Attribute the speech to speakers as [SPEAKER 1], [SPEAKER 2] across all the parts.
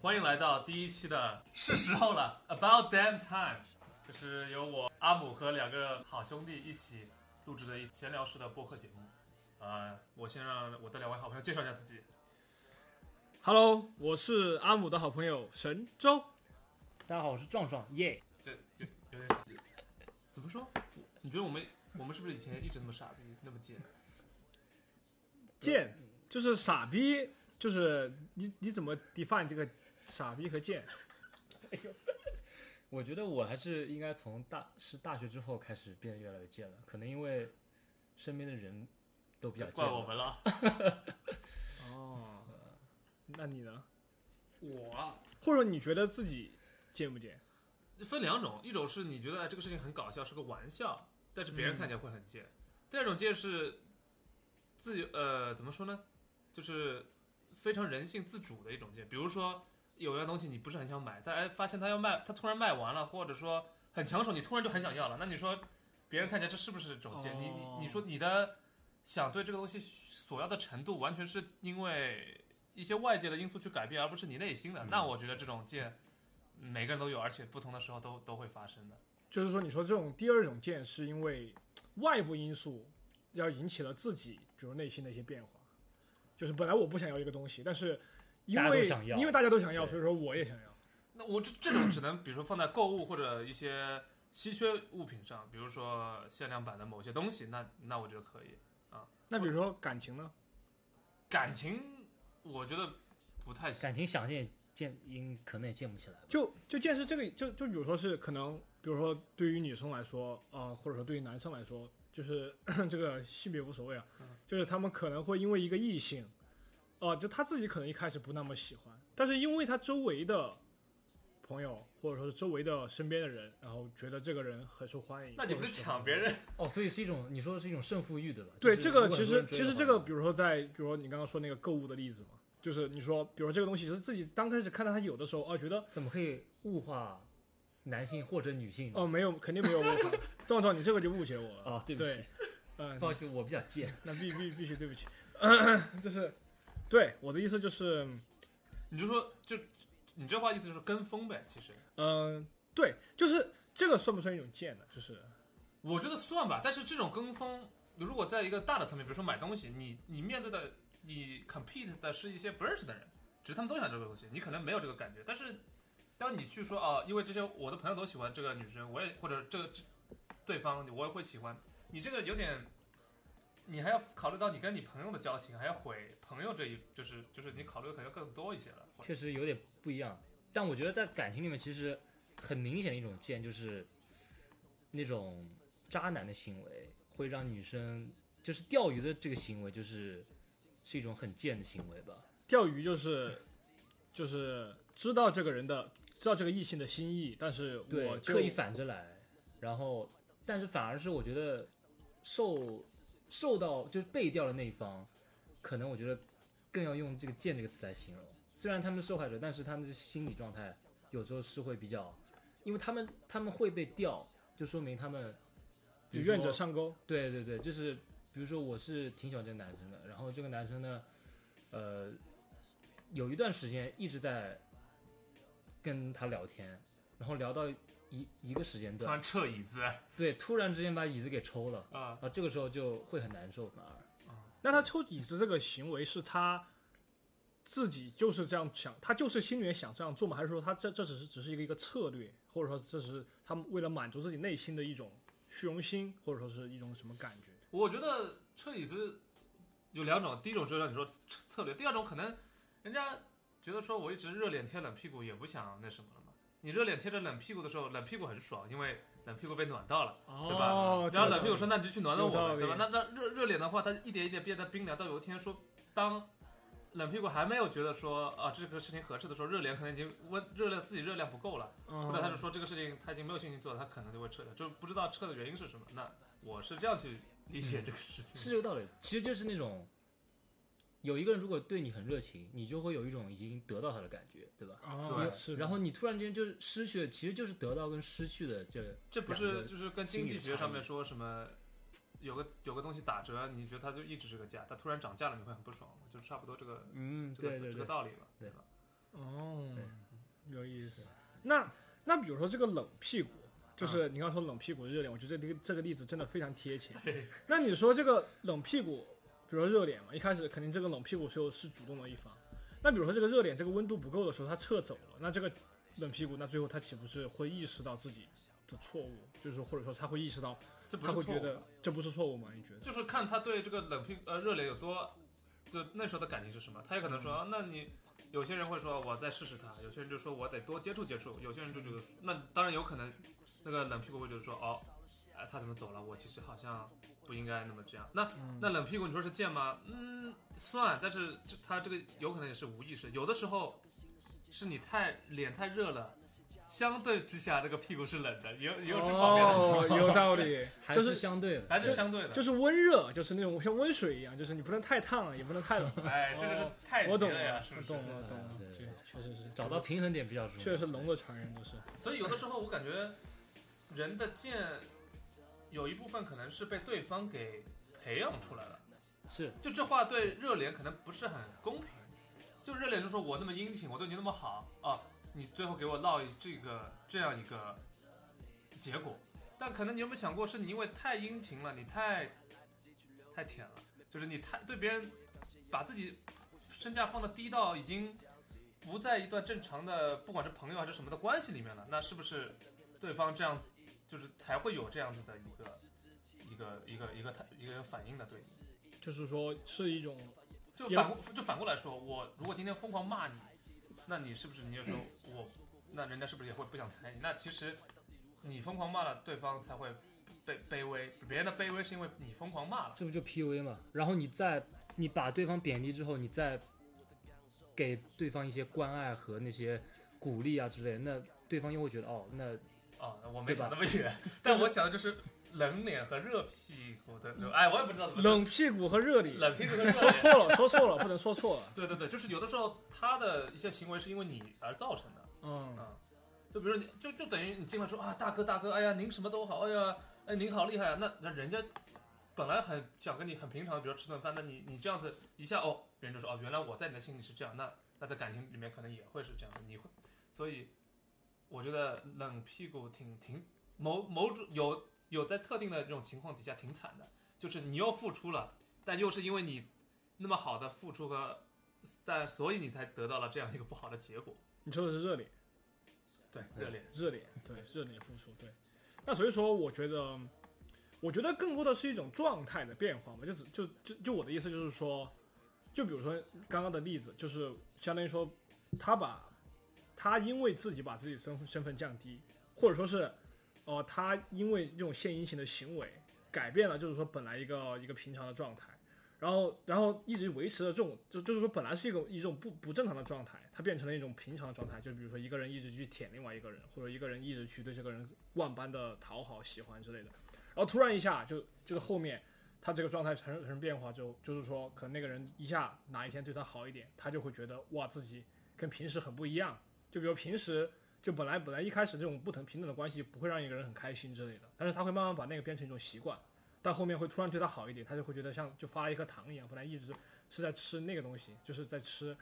[SPEAKER 1] 欢迎来到第一期的， 是时候了，About Damn Time，就是由我阿姆和两个好兄弟一起录制的一闲聊式的播客节目。呃，我先让我的两位好朋友介绍一下自己。
[SPEAKER 2] Hello，我是阿姆的好朋友神州。
[SPEAKER 3] 大家好，我是壮壮，耶、
[SPEAKER 1] 这有有点怎么说？你觉得我们我们是不是以前一直那么傻逼，那么贱？
[SPEAKER 2] 贱就是傻逼，就是你你怎么 define 这个傻逼和贱？
[SPEAKER 3] 我觉得我还是应该从大是大学之后开始变得越来越贱了，可能因为身边的人都比较贱
[SPEAKER 1] 怪
[SPEAKER 3] 吧。
[SPEAKER 1] 我们了。
[SPEAKER 2] 哦，那你呢？
[SPEAKER 1] 我啊
[SPEAKER 2] 或者你觉得自己贱不贱？
[SPEAKER 1] 分两种，一种是你觉得这个事情很搞笑，是个玩笑，但是别人看起来会很贱；第二种贱是自由，呃，怎么说呢，就是非常人性自主的一种贱。比如说有样东西你不是很想买，但哎发现它要卖，它突然卖完了，或者说很抢手，你突然就很想要了，那你说别人看起来这是不是一种贱？你
[SPEAKER 2] 哦
[SPEAKER 1] 你你说你的想对这个东西所要的程度，完全是因为一些外界的因素去改变，而不是你内心的。那我觉得这种贱，每个人都有，而且不同的时候都都会发生的。
[SPEAKER 2] 就是说，你说这种第二种贱是因为外部因素要引起了自己，比如内心的一些变化。就是本来我不想要一个东西，但是因
[SPEAKER 3] 大家
[SPEAKER 2] 为
[SPEAKER 3] 都想要
[SPEAKER 2] 因为大家都想要，
[SPEAKER 3] 对
[SPEAKER 2] 所以说我也想要。
[SPEAKER 1] 那我这这种只能，比如说放在购物或者一些稀缺物品上，比如说限量版的某些东西，那那我觉得可以。
[SPEAKER 2] 那比如说感情呢？
[SPEAKER 1] 感情，我觉得不太行。
[SPEAKER 3] 感情想见见，应可能也见不起来吧。
[SPEAKER 2] 就就见识这个，就就比如说是可能，比如说对于女生来说啊、呃或者说对于男生来说，就是 这个性别无所谓啊
[SPEAKER 1] 嗯，
[SPEAKER 2] 就是他们可能会因为一个异性，哦、就他自己可能一开始不那么喜欢，但是因为他周围的朋友或者说是周围的身边的人，然后觉得这个人很受欢迎。
[SPEAKER 1] 那你不是抢 别人？
[SPEAKER 3] 哦，所以是一种你说的是一种胜负欲，对吧？
[SPEAKER 2] 对
[SPEAKER 3] 就是
[SPEAKER 2] 这个
[SPEAKER 3] 如果
[SPEAKER 2] 其
[SPEAKER 3] 很多
[SPEAKER 2] 实
[SPEAKER 3] 人追
[SPEAKER 2] 其
[SPEAKER 3] 的
[SPEAKER 2] 实
[SPEAKER 3] 话
[SPEAKER 2] 这个，比如说在比如说你刚刚说那个购物的例子嘛，就是你说比如说这个东西是自己刚开始看到它有的时候，哦、觉得
[SPEAKER 3] 怎么可以物化男性或者女性？
[SPEAKER 2] 哦，没有，肯定没有误会。壮壮，你这个就误解我了
[SPEAKER 3] 啊对不起
[SPEAKER 2] 对，嗯、
[SPEAKER 3] 不好意思，我比较贱。
[SPEAKER 2] 那必必必须对不起， 就是，对我的意思就是，
[SPEAKER 1] 你就说就你这话意思就是跟风呗？其实
[SPEAKER 2] 嗯、对，就是这个算不算一种贱呢？就是
[SPEAKER 1] 我觉得算吧，但是这种跟风，如果在一个大的层面，比如说买东西，你你面对的你 compete 的是一些不认识的人，只是他们都想这个东西，你可能没有这个感觉。但是当你去说啊，因为这些我的朋友都喜欢这个女生，我也或者这个这对方我也会喜欢，你这个有点，你还要考虑到你跟你朋友的交情，还要毁朋友这一，就是就是你考虑的可能更多一些了。
[SPEAKER 3] 确实有点不一样。但我觉得在感情里面，其实很明显的一种贱就是那种渣男的行为，会让女生就是钓鱼的这个行为，就是是一种很贱的行为吧。
[SPEAKER 2] 钓鱼，就是就是知道这个人的，知道这个异性的心意，但是我
[SPEAKER 3] 对，
[SPEAKER 2] 就
[SPEAKER 3] 刻意反着来，然后但是反而是我觉得受受到就是被钓的那一方，可能我觉得更要用这个“贱”这个词来形容。虽然他们是受害者，但是他们的心理状态有时候是会比较，因为他们他们会被钓，就说明他们
[SPEAKER 2] 就愿者
[SPEAKER 3] 上。
[SPEAKER 2] 上钩。
[SPEAKER 3] 对对对，就是比如说我是挺喜欢这个男生的，然后这个男生呢，呃，有一段时间一直在跟他聊天，然后聊到一一个时间
[SPEAKER 1] 突
[SPEAKER 3] 段，
[SPEAKER 1] 然撤椅子啊、
[SPEAKER 3] 对，突然之间把椅子给抽了，啊，这个时候就会很难受，反而
[SPEAKER 2] 那他抽椅子这个行为是他自己就是这样想，他就是心里面想这样做吗？还是说他这这只是只是一个一个策略，或者说这是他为了满足自己内心的一种虚荣心，或者说是一种什么感觉？
[SPEAKER 1] 我觉得撤椅子有两种，第一种就是你说策略，第二种可能人家觉得说我一直热脸贴冷屁股，也不想那什么了嘛。你热脸贴着冷屁股的时候，冷屁股很爽，因为冷屁股被暖到了，对吧？
[SPEAKER 2] 哦
[SPEAKER 1] 然后冷屁股说：“那你就去暖暖我
[SPEAKER 2] 有道
[SPEAKER 1] 呗，
[SPEAKER 2] 理
[SPEAKER 1] 对吧？”那那热热脸的话，它一点一点变得冰凉，到有一天说，当冷屁股还没有觉得说啊这个事情合适的时候，热脸可能已经温热量自己热量不够了。
[SPEAKER 2] 嗯
[SPEAKER 1] 或者他就说这个事情他已经没有心情做了，他可能就会撤掉，就是不知道撤的原因是什么。那我是这样去理解
[SPEAKER 3] 嗯
[SPEAKER 1] 这个事情，
[SPEAKER 3] 是这个道理，其实就是那种。有一个人如果对你很热情，你就会有一种已经得到他的感觉，对吧？
[SPEAKER 1] 对
[SPEAKER 2] 哦是的，
[SPEAKER 3] 然后你突然间就失去了，其实就是得到跟失去的这
[SPEAKER 1] 这不
[SPEAKER 3] 两
[SPEAKER 1] 是
[SPEAKER 3] 个
[SPEAKER 1] 就是跟经济学上面说什么有个有个东西打折，你觉得它就一直这个价，它突然涨价了，你会很不爽，就是差不多这个
[SPEAKER 3] 嗯，
[SPEAKER 1] 这个
[SPEAKER 3] 对对
[SPEAKER 1] 这个
[SPEAKER 3] 对，
[SPEAKER 1] 道理吧，
[SPEAKER 3] 对
[SPEAKER 1] 吧？
[SPEAKER 2] 哦
[SPEAKER 3] 对，
[SPEAKER 2] 有意思。那那比如说这个冷屁股，
[SPEAKER 1] 啊
[SPEAKER 2] 就是你刚才说冷屁股热脸，我觉得这个这个例子真的非常 贴切。那你说这个冷屁股，比如说热脸嘛，一开始肯定这个冷屁股是有是主动的一方。那比如说这个热脸这个温度不够的时候，他撤走了，那这个冷屁股，那最后他岂不是会意识到自己的错误？就是或者说他会意识到，
[SPEAKER 1] 这不
[SPEAKER 2] 他
[SPEAKER 1] 是
[SPEAKER 2] 会
[SPEAKER 1] 错
[SPEAKER 2] 觉
[SPEAKER 1] 误
[SPEAKER 2] 得这不是错误吗？你觉得？
[SPEAKER 1] 就是看他对这个冷屁呃热脸有多，就那时候的感情是什么。他也可能说，啊那你有些人会说我再试试他，有些人就说我得多接触接触，有些人就觉得，那当然有可能那个冷屁股会觉得说，哦，哎、他怎么走了？我其实好像不应该那么这样。那
[SPEAKER 2] 嗯
[SPEAKER 1] 那冷屁股你说是贱吗？嗯，算，但是这他这个有可能也是无意识，有的时候是你太脸太热了。相对之下，这个屁股是冷的，也有也有这方面的情 况，
[SPEAKER 2] 哦，有道理，
[SPEAKER 3] 还
[SPEAKER 2] 就是
[SPEAKER 3] 相对的，
[SPEAKER 1] 还是相对的。
[SPEAKER 2] 就是温热，就是那种像温水一样，就是你不能太烫了，也不能太冷。
[SPEAKER 1] 哎，这就是 太
[SPEAKER 2] 哦我
[SPEAKER 1] 急
[SPEAKER 2] 懂
[SPEAKER 1] 了呀，
[SPEAKER 2] 了，
[SPEAKER 1] 是
[SPEAKER 2] 我
[SPEAKER 1] 不
[SPEAKER 2] 懂
[SPEAKER 1] 是？
[SPEAKER 2] 了，懂了，
[SPEAKER 3] 对
[SPEAKER 2] 对
[SPEAKER 3] 对对，
[SPEAKER 2] 确实是
[SPEAKER 3] 找到，平衡点比较重要。
[SPEAKER 2] 确实是龙的传 人，就是
[SPEAKER 1] 所以有的时候我感觉人的贱有一部分可能是被对方给培养出来的。
[SPEAKER 3] 是
[SPEAKER 1] 就这话对热脸可能不是很公平，就热脸就说我那么殷勤，我对你那么好啊，你最后给我落一这个这样一个结果，但可能你有没有想过，是你因为太殷勤了，你太太舔了，就是你太对别人把自己身价放的低到已经不在一段正常的不管是朋友还是什么的关系里面了，那是不是对方这样就是才会有这样子的一个一个一个一个一个反应的对你？
[SPEAKER 2] 就是说是一种
[SPEAKER 1] 就
[SPEAKER 2] 也
[SPEAKER 1] 反过就反过来说，我如果今天疯狂骂你，那你是不是你也说我，那人家是不是也会不想睬你？那其实你疯狂骂了对方才会卑卑微，别人的卑微是因为你疯狂骂了。
[SPEAKER 3] 这不就 PUA 嘛？然后你再你把对方贬低之后，你再给对方一些关爱和那些鼓励啊之类的，那对方又会觉得哦，那
[SPEAKER 1] 啊、我没
[SPEAKER 3] 对吧
[SPEAKER 1] 想那么远，但我想的就是冷脸和热屁股的，哎，我也不知道怎么说
[SPEAKER 2] 冷屁股和热脸。
[SPEAKER 1] 冷屁股和热
[SPEAKER 2] 说
[SPEAKER 1] 脸。
[SPEAKER 2] 错了，说错了，不能说错了。
[SPEAKER 1] 对对对，就是有的时候他的一些行为是因为你而造成的。
[SPEAKER 2] 嗯，
[SPEAKER 1] 啊，就比如你就就等于你进来说啊，大哥大哥，哎呀，您什么都好，哎呀，哎您好厉害啊，那那人家本来很想跟你很平常，比如吃顿饭，那你你这样子一下哦，别人就说哦，原来我在你的心里是这样，那那在感情里面可能也会是这样的，你会，所以我觉得冷屁股挺挺某某种有有在特定的这种情况底下挺惨的，就是你又付出了，但又是因为你那么好的付出和。但所以你才得到了这样一个不好的结果，
[SPEAKER 2] 你说的是热脸，
[SPEAKER 1] 对热恋。
[SPEAKER 2] 热脸，对，热脸付出，对。那所以说，我觉得，我觉得更多的是一种状态的变化嘛，就只就就就我的意思就是说，就比如说刚刚的例子，就是相当于说，他把他因为自己把自己身份身份降低，或者说是，呃，他因为这种献殷勤的行为，改变了就是说本来一个一个平常的状态，然后然后一直维持了这种，就就是说本来是一个一种不不正常的状态，它变成了一种平常的状态，就比如说一个人一直去舔另外一个人，或者一个人一直去对这个人万般的讨好、喜欢之类的，然后突然一下就就是后面。他这个状态产生产生变化之后，就是说，可能那个人一下哪一天对他好一点，他就会觉得哇，自己跟平时很不一样。就比如平时就本来本来一开始这种不等平等的关系不会让一个人很开心之类的，但是他会慢慢把那个变成一种习惯，到后面会突然对他好一点，他就会觉得像就发了一颗糖一样，本来一直是在吃那个东西，就是在吃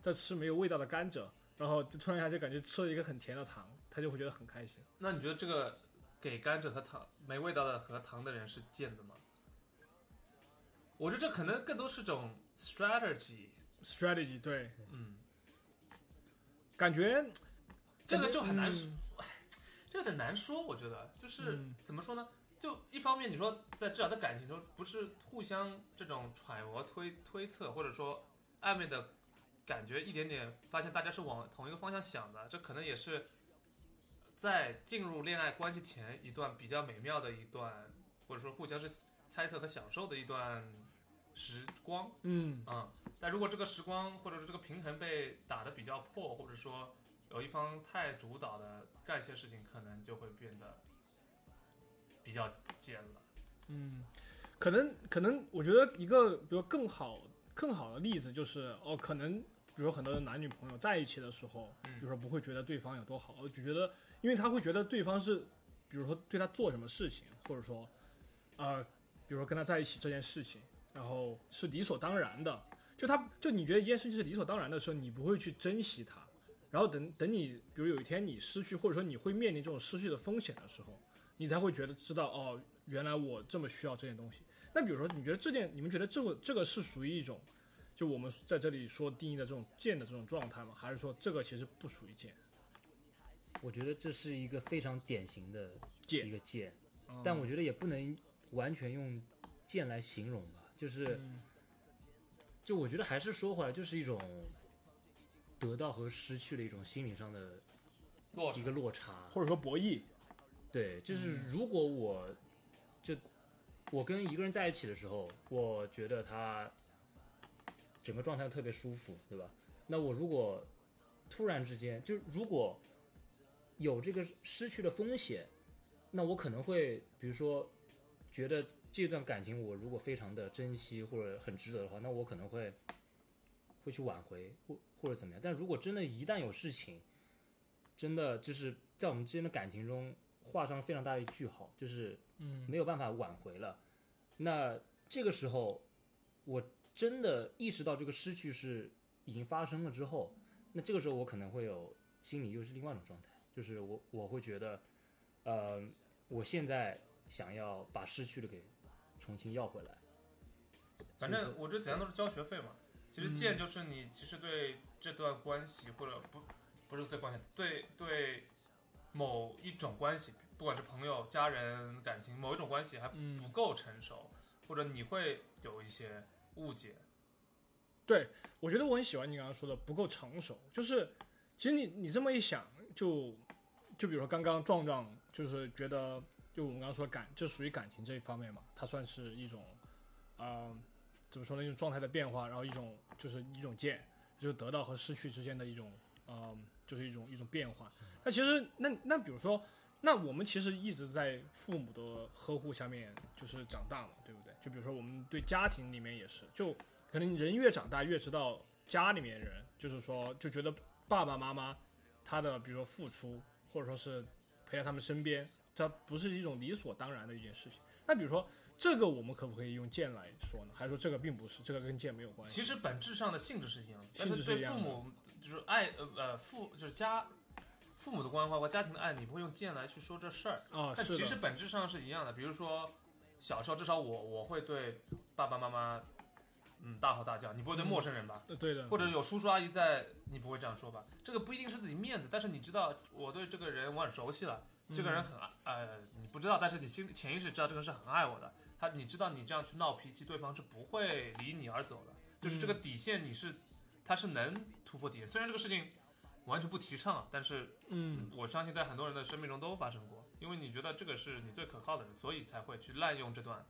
[SPEAKER 2] 在吃没有味道的甘蔗，然后就突然一下就感觉吃了一个很甜的糖，他就会觉得很开心。
[SPEAKER 1] 那你觉得这个给甘蔗和糖没味道的和糖的人是贱的吗？我觉得这可能更多是种 strategy。
[SPEAKER 2] Strategy 对，
[SPEAKER 1] 嗯，
[SPEAKER 2] 感觉
[SPEAKER 1] 这个就很难，
[SPEAKER 2] 嗯
[SPEAKER 1] 这个很难说。我觉得就是、
[SPEAKER 2] 嗯
[SPEAKER 1] 怎么说呢？就一方面，你说在至少在感情中，不是互相这种揣摩、推推测，或者说暧昧的感觉，一点点发现大家是往同一个方向想的，这可能也是在进入恋爱关系前一段比较美妙的一段，或者说互相是猜测和享受的一段时光。
[SPEAKER 2] 嗯
[SPEAKER 1] 嗯，但如果这个时光或者是这个平衡被打得比较破，或者说有一方太主导的干一些事情，可能就会变得比较尖了。
[SPEAKER 2] 嗯，可能可能，我觉得一个比如更好更好的例子就是哦，可能比如很多的男女朋友在一起的时候，
[SPEAKER 1] 嗯
[SPEAKER 2] 比如说不会觉得对方有多好，就觉得因为他会觉得对方是，比如说对他做什么事情，或者说，呃，比如说跟他在一起这件事情，然后是理所当然的。就他就你觉得一件事情是理所当然的时候，你不会去珍惜它，然后等等你，比如有一天你失去，或者说你会面临这种失去的风险的时候，你才会觉得知道哦，原来我这么需要这件东西。那比如说，你觉得这件，你们觉得这个这个是属于一种，就我们在这里说定义的这种贱的这种状态吗？还是说这个其实不属于贱？
[SPEAKER 3] 我觉得这是一个非常典型的
[SPEAKER 2] 贱
[SPEAKER 3] 一个贱，
[SPEAKER 2] 嗯
[SPEAKER 3] 但我觉得也不能完全用贱来形容吧，就是，就我觉得还是说回来，就是一种得到和失去的一种心理上的
[SPEAKER 1] 落
[SPEAKER 3] 一个落差。
[SPEAKER 2] 或者说博弈，
[SPEAKER 3] 对，就是如果我就我跟一个人在一起的时候，我觉得他整个状态特别舒服，对吧？那我如果突然之间，就如果有这个失去的风险，那我可能会，比如说，觉得这段感情我如果非常的珍惜或者很值得的话，那我可能会会去挽回或或者怎么样。但如果真的一旦有事情，真的就是在我们之间的感情中画上非常大的一句号，就是
[SPEAKER 2] 嗯
[SPEAKER 3] 没有办法挽回了。那这个时候，我真的意识到这个失去是已经发生了之后，那这个时候我可能会有心里又是另外一种状态，就是我我会觉得，呃，我现在想要把失去的给重新要回来。
[SPEAKER 1] 反正我这怎样都是交学费嘛。其实贱就是你其实对这段关系或者不不是对关系，对对某一种关系，不管是朋友、家人、感情，某一种关系还不
[SPEAKER 2] 嗯，
[SPEAKER 1] 够成熟，或者你会有一些误解。
[SPEAKER 2] 我觉得我很喜欢你刚刚说的不够成熟，就是其实你你这么一想，就就比如说刚刚壮壮就是觉得，就我们刚刚说感，这属于感情这一方面嘛，它算是一种，呃，怎么说呢，一种状态的变化，然后一种就是一种见，就是得到和失去之间的一种，呃，就是一种一种变化。那其实那那比如说，那我们其实一直在父母的呵护下面就是长大嘛，对不对？就比如说我们对家庭里面也是，就可能人越长大越知道家里面人，就是说就觉得爸爸妈妈他的比如说付出，或者说是陪在他们身边，这不是一种理所当然的一件事情。那比如说这个，我们可不可以用剑来说呢？还是说这个并不是，这个跟剑没有关系？
[SPEAKER 1] 其实本质上的性质是一样的，但
[SPEAKER 2] 性质是一
[SPEAKER 1] 对
[SPEAKER 2] 样
[SPEAKER 1] 父
[SPEAKER 2] 的
[SPEAKER 1] 母就是爱呃呃父就是家父母的关怀和家庭的爱，你不会用贱来去说这事儿。
[SPEAKER 2] 啊，
[SPEAKER 1] 但
[SPEAKER 2] 是
[SPEAKER 1] 其
[SPEAKER 2] 的，
[SPEAKER 1] 实本质上是一样的。比如说，小时候至少我我会对爸爸妈妈，嗯，大吼大叫，你不会对陌生人吧？
[SPEAKER 2] 呃对的，
[SPEAKER 1] 或者有叔叔阿姨在，你不会这样说吧？这个不一定是自己面子，但是你知道我对这个人我很熟悉了，这个人很爱，呃，你不知道，但是你心里潜意识知道这个人是很爱我的。他你知道你这样去闹脾气，对方是不会离你而走的，就是这个底线你是，他是能突破底线。虽然这个事情完全不提倡啊，但是
[SPEAKER 2] 嗯，
[SPEAKER 1] 我相信在很多人的生命中都发生过，因为你觉得这个是你最可靠的人，所以才会去滥用这段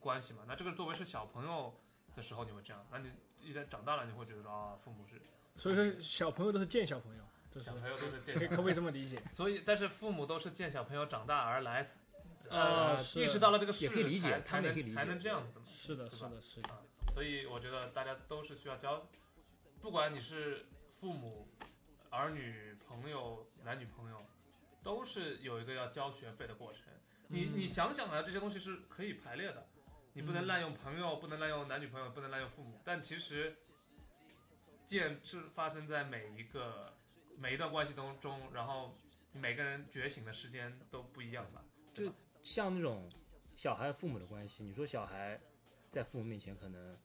[SPEAKER 1] 关系嘛。那这个作为是小朋友的时候你会这样，那你一旦长大了，你会觉得说啊，父母是
[SPEAKER 2] 所以说小朋友都是贱小朋友，就是
[SPEAKER 1] 小朋友都是
[SPEAKER 2] 可以
[SPEAKER 1] 贱
[SPEAKER 2] 可
[SPEAKER 1] 小
[SPEAKER 2] 不
[SPEAKER 1] 朋
[SPEAKER 2] 可以
[SPEAKER 1] 友，
[SPEAKER 2] 这么理解？
[SPEAKER 1] 所以但是父母都是见小朋友长大而来，
[SPEAKER 2] 啊
[SPEAKER 1] 呃，
[SPEAKER 2] 是
[SPEAKER 1] 意识到了这个事
[SPEAKER 3] 也可以理解
[SPEAKER 1] 才
[SPEAKER 3] 他
[SPEAKER 1] 才
[SPEAKER 3] 们也可以
[SPEAKER 1] 能
[SPEAKER 3] 理解
[SPEAKER 1] 才能这样子的嘛。
[SPEAKER 2] 是的，
[SPEAKER 1] 对
[SPEAKER 2] 是
[SPEAKER 1] 吧
[SPEAKER 2] 的，是的，
[SPEAKER 1] 所以我觉得大家都是需要交，不管你是父母、儿女、朋友、男女朋友，都是有一个要交学费的过程。你
[SPEAKER 2] 嗯
[SPEAKER 1] 你想想啊，这些东西是可以排列的，你不能
[SPEAKER 2] 嗯
[SPEAKER 1] 滥用朋友，不能滥用男女朋友，不能滥用父母。但其实，见是发生在每一个每一段关系当中，然后每个人觉醒的时间都不一样吧。
[SPEAKER 3] 像那种小孩和父母的关系，你说小孩在父母面前可能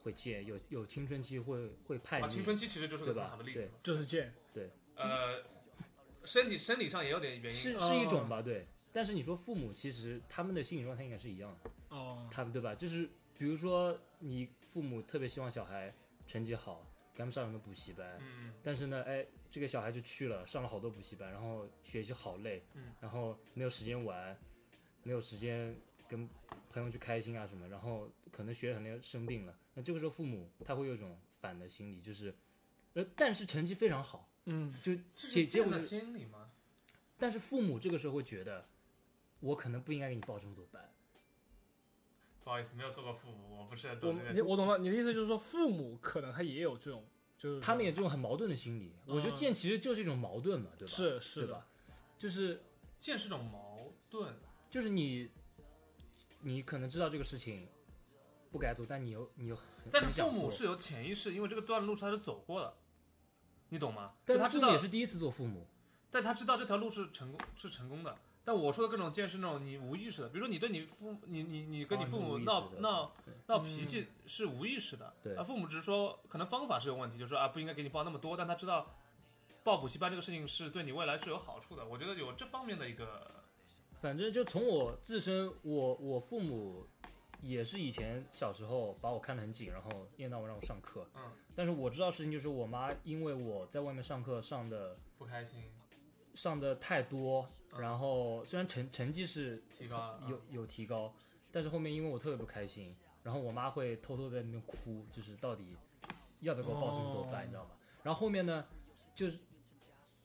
[SPEAKER 3] 会贱，有有青春期会会叛逆，
[SPEAKER 1] 啊，青春期其实就是个
[SPEAKER 3] 对
[SPEAKER 1] 很
[SPEAKER 3] 吧
[SPEAKER 1] 好的例子
[SPEAKER 3] 对
[SPEAKER 1] 嘛。
[SPEAKER 2] 就是贱，
[SPEAKER 1] 呃，身体生理上也有点原因，
[SPEAKER 3] 是
[SPEAKER 2] 哦
[SPEAKER 3] 是一种吧，对。但是你说父母其实他们的心理状态应该是一样的，
[SPEAKER 2] 哦，
[SPEAKER 3] 他们对吧？就是比如说你父母特别希望小孩成绩好，给他们上什么补习班，
[SPEAKER 1] 嗯。
[SPEAKER 3] 但是呢，哎，这个小孩就去了，上了好多补习班，然后学习好累，
[SPEAKER 1] 嗯，
[SPEAKER 3] 然后没有时间玩，没有时间跟朋友去开心啊什么，然后可能学得很累生病了，那这个时候父母他会有一种反的心理，就是，呃，但是成绩非常好，
[SPEAKER 2] 嗯，
[SPEAKER 3] 就
[SPEAKER 1] 这是
[SPEAKER 3] 姐姐
[SPEAKER 1] 贱
[SPEAKER 3] 我
[SPEAKER 1] 的
[SPEAKER 3] 就
[SPEAKER 1] 心理吗？
[SPEAKER 3] 但是父母这个时候会觉得，我可能不应该给你报这么多班，
[SPEAKER 1] 不好意思，没有做过父母，我不是很
[SPEAKER 2] 我
[SPEAKER 1] 懂这
[SPEAKER 2] 你
[SPEAKER 1] 个。
[SPEAKER 2] 我懂了，你的意思就是说父母可能他也有这种，就是
[SPEAKER 3] 他们也这种很矛盾的心理。我觉得
[SPEAKER 2] 嗯
[SPEAKER 3] 贱其实就是一种矛盾嘛，对吧？
[SPEAKER 2] 是是
[SPEAKER 3] 对
[SPEAKER 2] 的，
[SPEAKER 3] 吧？就是
[SPEAKER 1] 见是种矛盾，
[SPEAKER 3] 就是你，你可能知道这个事情不该做，但你又你又很
[SPEAKER 1] 但是
[SPEAKER 3] 很想
[SPEAKER 1] 父母
[SPEAKER 3] 做
[SPEAKER 1] 是有潜意识，因为这个段路是他是走过的。你懂吗？
[SPEAKER 3] 但
[SPEAKER 1] 就是他知
[SPEAKER 3] 父母
[SPEAKER 1] 道
[SPEAKER 3] 也是第一次做父母，
[SPEAKER 1] 但他知道这条路是成功是成功的。但我说的各种见是那种你无意识的，比如说你对你父你你你跟
[SPEAKER 3] 哦
[SPEAKER 1] 你
[SPEAKER 3] 你
[SPEAKER 1] 父
[SPEAKER 3] 无
[SPEAKER 1] 母
[SPEAKER 3] 意识
[SPEAKER 1] 闹
[SPEAKER 3] 的
[SPEAKER 1] 闹
[SPEAKER 3] 对嗯
[SPEAKER 1] 闹脾气是无意识的，
[SPEAKER 3] 对
[SPEAKER 1] 啊，父母只是说可能方法是有问题，就说啊不应该给你报那么多，但他知道报补习班这个事情是对你未来是有好处的，我觉得有这方面的一个
[SPEAKER 3] 反正就从我自身，我我父母也是以前小时候把我看得很紧，然后念叨我让我上课。
[SPEAKER 1] 嗯，
[SPEAKER 3] 但是我知道事情就是我妈因为我在外面上课上的
[SPEAKER 1] 不开心
[SPEAKER 3] 上的太多，
[SPEAKER 1] 嗯
[SPEAKER 3] 然后虽然成成绩是
[SPEAKER 1] 提高啊了，嗯
[SPEAKER 3] 有有提高，但是后面因为我特别不开心，然后我妈会偷偷在那边哭，就是到底要不要给我报这么多
[SPEAKER 2] 哦
[SPEAKER 3] 班，你知道吗？然后后面呢，就是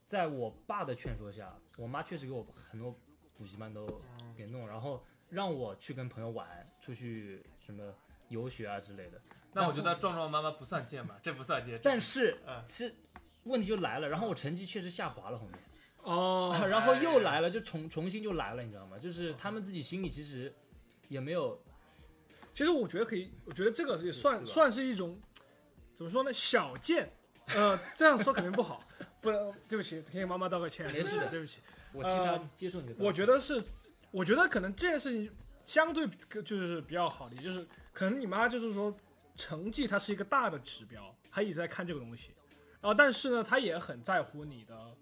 [SPEAKER 3] 在我爸的劝说下，我妈确实给我很多补习班都
[SPEAKER 1] 嗯
[SPEAKER 3] 给弄，然后让我去跟朋友玩，出去什么游学啊之类的。
[SPEAKER 1] 那我觉得壮壮妈妈不算贱吧，这不算贱，
[SPEAKER 3] 但是
[SPEAKER 1] 嗯
[SPEAKER 3] 其实问题就来了，然后我成绩确实下滑了，后面。
[SPEAKER 2] 哦，
[SPEAKER 1] 哎
[SPEAKER 3] 啊
[SPEAKER 1] 哦
[SPEAKER 3] 然后又来了，就重重新就来了，你知道吗？就是他们自己心里其实也没有
[SPEAKER 2] 其实我觉得可以，我觉得这个也
[SPEAKER 3] 是
[SPEAKER 2] 算
[SPEAKER 3] 吧
[SPEAKER 2] 算是一种怎么说呢，小贱。呃，这样说肯定不好， 不能，对不起，给妈妈道个歉，
[SPEAKER 3] 没事的
[SPEAKER 2] 对不起。
[SPEAKER 3] 我替他
[SPEAKER 1] 呃
[SPEAKER 3] 接受你的道歉、
[SPEAKER 2] 我觉得是，我觉得可能这件事情相对就是比较好的，也就是可能你妈就是说成绩它是一个大的指标，她一直在看这个东西，然后但是呢，她也很在乎你的，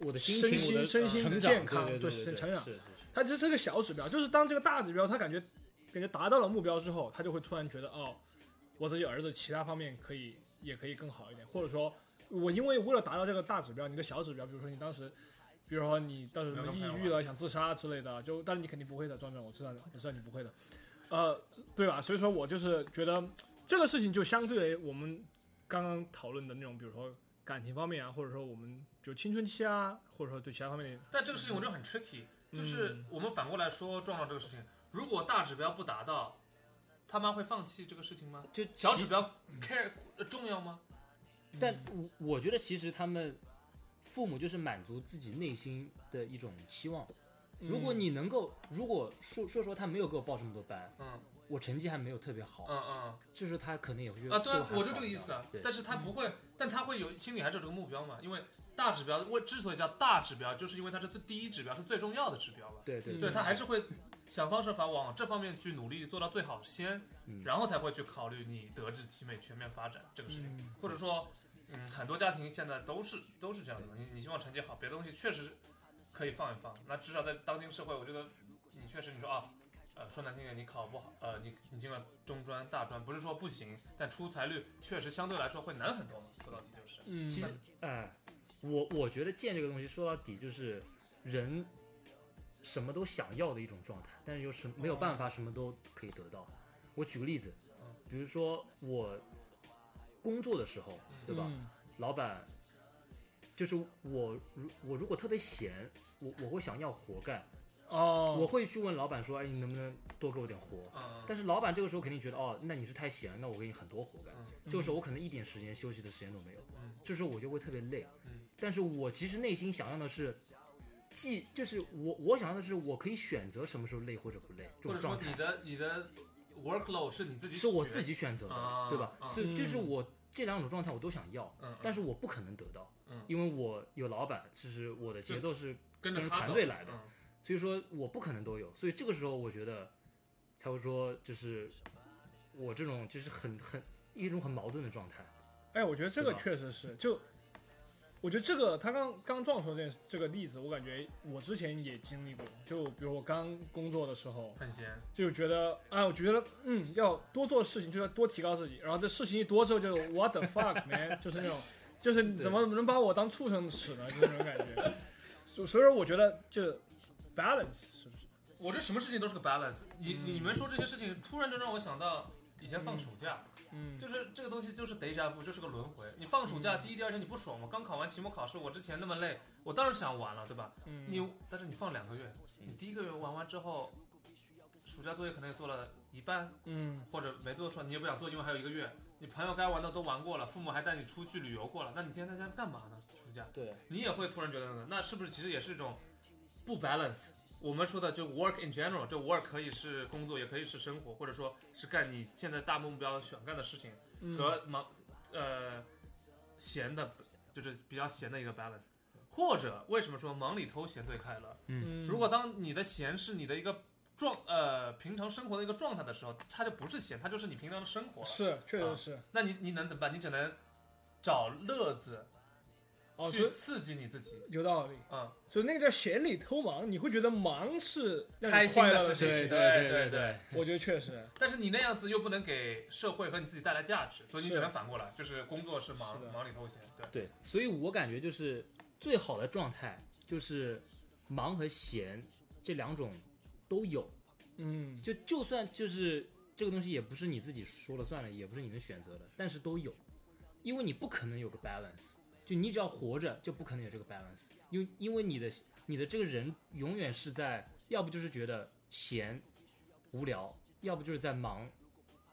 [SPEAKER 3] 我的心
[SPEAKER 2] 身
[SPEAKER 3] 情、我
[SPEAKER 2] 心
[SPEAKER 3] 的呃
[SPEAKER 2] 身心
[SPEAKER 3] 成长
[SPEAKER 2] 健康
[SPEAKER 3] 对
[SPEAKER 2] 对
[SPEAKER 3] 对对，
[SPEAKER 2] 成长
[SPEAKER 3] 是是是，
[SPEAKER 2] 她其实是个小指标，就是当这个大指标她感觉感觉达到了目标之后，她就会突然觉得哦，我自己儿子其他方面可以也可以更好一点，或者说我因为为了达到这个大指标，你的小指标，比如说你当时。比如说你当时什么抑郁了、想自杀之类的，就但是你肯定不会的，壮壮，我知道，我知道你不会的，呃，对吧？所以说我就是觉得这个事情就相对于我们刚刚讨论的那种，比如说感情方面啊，或者说我们就青春期啊，或者说对其他方面的，
[SPEAKER 1] 但这个事情我觉得很 tricky，就是
[SPEAKER 2] 嗯
[SPEAKER 1] 我们反过来说壮壮这个事情，如果大指标不达到，他妈会放弃这个事情吗？
[SPEAKER 3] 就
[SPEAKER 1] 小
[SPEAKER 3] 其嗯
[SPEAKER 1] 指标 care 呃重要吗？
[SPEAKER 3] 但我我觉得其实他们父母就是满足自己内心的一种期望。
[SPEAKER 1] 嗯
[SPEAKER 3] 如果你能够，如果说说实话，他没有给我报这么多班，
[SPEAKER 1] 嗯
[SPEAKER 3] 我成绩还没有特别好，
[SPEAKER 1] 嗯嗯
[SPEAKER 3] 就是他可能也会觉得
[SPEAKER 1] 啊，对啊，
[SPEAKER 3] 还
[SPEAKER 1] 我就
[SPEAKER 3] 好
[SPEAKER 1] 这个
[SPEAKER 3] 你
[SPEAKER 1] 意
[SPEAKER 3] 知道
[SPEAKER 1] 思啊
[SPEAKER 3] 吗。对嗯
[SPEAKER 1] 但是他不会，但他会有心里还是有这个目标嘛？因为大指标为之所以叫大指标，就是因为它是最第一指标，是最重要的指标吧？
[SPEAKER 3] 对对
[SPEAKER 1] 对
[SPEAKER 2] 嗯
[SPEAKER 1] 他还是会想方设法往这方面去努力，做到最好先，
[SPEAKER 3] 嗯
[SPEAKER 1] 然后才会去考虑你德智体美全面发展这个事情。
[SPEAKER 2] 嗯
[SPEAKER 1] 或者说，嗯，很多家庭现在都是都是这样的嘛。你你希望成绩好，别的东西确实可以放一放。那至少在当今社会，我觉得你确实你说啊，呃，说难听点，你考不好，呃，你你进了中专、大专，不是说不行，但出才率确实相对来说会难很多嘛。说到底就是，
[SPEAKER 2] 嗯，
[SPEAKER 3] 其实，哎、我我觉得贱这个东西说到底就是人什么都想要的一种状态，但是又是没有办法什么都可以得到。我举个例子
[SPEAKER 1] 嗯，
[SPEAKER 3] 比如说我工作的时候，对吧？
[SPEAKER 2] 嗯
[SPEAKER 3] 老板就是我如我如果特别闲，我我会想要活干，
[SPEAKER 2] 哦，
[SPEAKER 3] 我会去问老板说，哎，你能不能多给我点活？
[SPEAKER 1] 嗯，
[SPEAKER 3] 但是老板这个时候肯定觉得，哦，那你是太闲，那我给你很多活
[SPEAKER 2] 哦
[SPEAKER 3] 干。
[SPEAKER 1] 嗯
[SPEAKER 3] 这个时候我可能一点时间休息的时间都没有。
[SPEAKER 1] 嗯
[SPEAKER 3] 这时候我就会特别累。
[SPEAKER 1] 嗯
[SPEAKER 3] 但是我其实内心想要的是，既就是我我想要的是，我可以选择什么时候累或者不累这
[SPEAKER 1] 或
[SPEAKER 3] 种
[SPEAKER 1] 者说
[SPEAKER 3] 状
[SPEAKER 1] 你
[SPEAKER 3] 态，
[SPEAKER 1] 的你的 workload 是你自己
[SPEAKER 3] 是我自
[SPEAKER 1] 己，
[SPEAKER 3] 己选择
[SPEAKER 1] 啊
[SPEAKER 3] 的，对吧
[SPEAKER 1] 啊？
[SPEAKER 3] 所以就是
[SPEAKER 2] 嗯
[SPEAKER 3] 我这两种状态我都想要，
[SPEAKER 1] 嗯，
[SPEAKER 3] 但
[SPEAKER 1] 是
[SPEAKER 3] 是我不可能得到
[SPEAKER 1] 嗯，
[SPEAKER 3] 因为我有老板，就是我的节奏是，
[SPEAKER 1] 跟着
[SPEAKER 3] 跟着
[SPEAKER 1] 他
[SPEAKER 3] 团
[SPEAKER 1] 走
[SPEAKER 3] 队来的
[SPEAKER 1] 嗯
[SPEAKER 3] 所以说我不可能都有，所以这个时候我觉得才会说，就是我这种就是很很一种很矛盾的状态，
[SPEAKER 2] 哎，我觉得这个
[SPEAKER 3] 对吧
[SPEAKER 2] 确实是，就我觉得这个他刚刚撞说这件这个例子，我感觉我之前也经历过，就比如我刚工作的时候，
[SPEAKER 1] 很闲，
[SPEAKER 2] 就觉得啊，我觉得嗯，要多做事情，就要多提高自己，然后这事情一多之后就 what the fuck man，就是那种，就是你怎么能把我当畜生使呢？就是那种感觉。所所以说，我觉得就 balance 是不是？
[SPEAKER 1] 我这什么事情都是个 balance。你你们说这些事情，突然就让我想到以前放暑假。
[SPEAKER 2] 嗯，
[SPEAKER 1] 就是这个东西就是 deja vu，就是个轮回。你放暑假第一、第二天你不爽吗？刚考完期末考试，我之前那么累，我当然想玩了，对吧？
[SPEAKER 2] 嗯
[SPEAKER 1] 你但是你放两个月，你第一个月玩完之后，暑假作业可能也做了一半，
[SPEAKER 2] 嗯
[SPEAKER 1] 或者没做出来，你也不想做，因为还有一个月。你朋友该玩的都玩过了，父母还带你出去旅游过了，那你天天在家干嘛呢？暑假
[SPEAKER 3] 对，
[SPEAKER 1] 你也会突然觉得那个，那是不是其实也是一种不 balance？我们说的就 work in general，这 work 可以是工作，也可以是生活，或者说是干你现在大目标想干的事情。
[SPEAKER 2] 嗯
[SPEAKER 1] 和忙呃闲的就是比较闲的一个 balance。或者为什么说忙里偷闲最快乐？
[SPEAKER 2] 嗯，
[SPEAKER 1] 如果当你的闲是你的一个状呃平常生活的一个状态的时候，它就不是闲，它就是你平常的生活了。
[SPEAKER 2] 是确
[SPEAKER 1] 啊
[SPEAKER 2] 实是
[SPEAKER 1] 那你你能怎么办？你只能找乐子
[SPEAKER 2] 哦，所
[SPEAKER 1] 去
[SPEAKER 2] 以
[SPEAKER 1] 刺激你自己。
[SPEAKER 2] 有道理。
[SPEAKER 1] 嗯，
[SPEAKER 2] 所以那个叫闲里偷忙，你会觉得忙是让你
[SPEAKER 1] 开心的
[SPEAKER 2] 快乐
[SPEAKER 1] 事
[SPEAKER 2] 的
[SPEAKER 1] 情
[SPEAKER 2] 情。
[SPEAKER 3] 对
[SPEAKER 1] 对对
[SPEAKER 3] 对
[SPEAKER 1] 对，
[SPEAKER 2] 我觉得 确实
[SPEAKER 1] 但是你那样子又不能给社会和你自己带来价值，所以你
[SPEAKER 2] 是
[SPEAKER 1] 只能反过来，就是工作是忙
[SPEAKER 2] 是的
[SPEAKER 1] 忙里偷闲。对，
[SPEAKER 3] 对，所以我感觉就是最好的状态就是忙和闲这两种都有，
[SPEAKER 2] 嗯，
[SPEAKER 3] 就就算就是这个东西也不是你自己说了算了，也不是你能选择的，但是都有，因为你不可能有个 balance，就你只要活着就不可能有这个 balance，因为因为你的你的这个人永远是在要不就是觉得闲无聊，要不就是在忙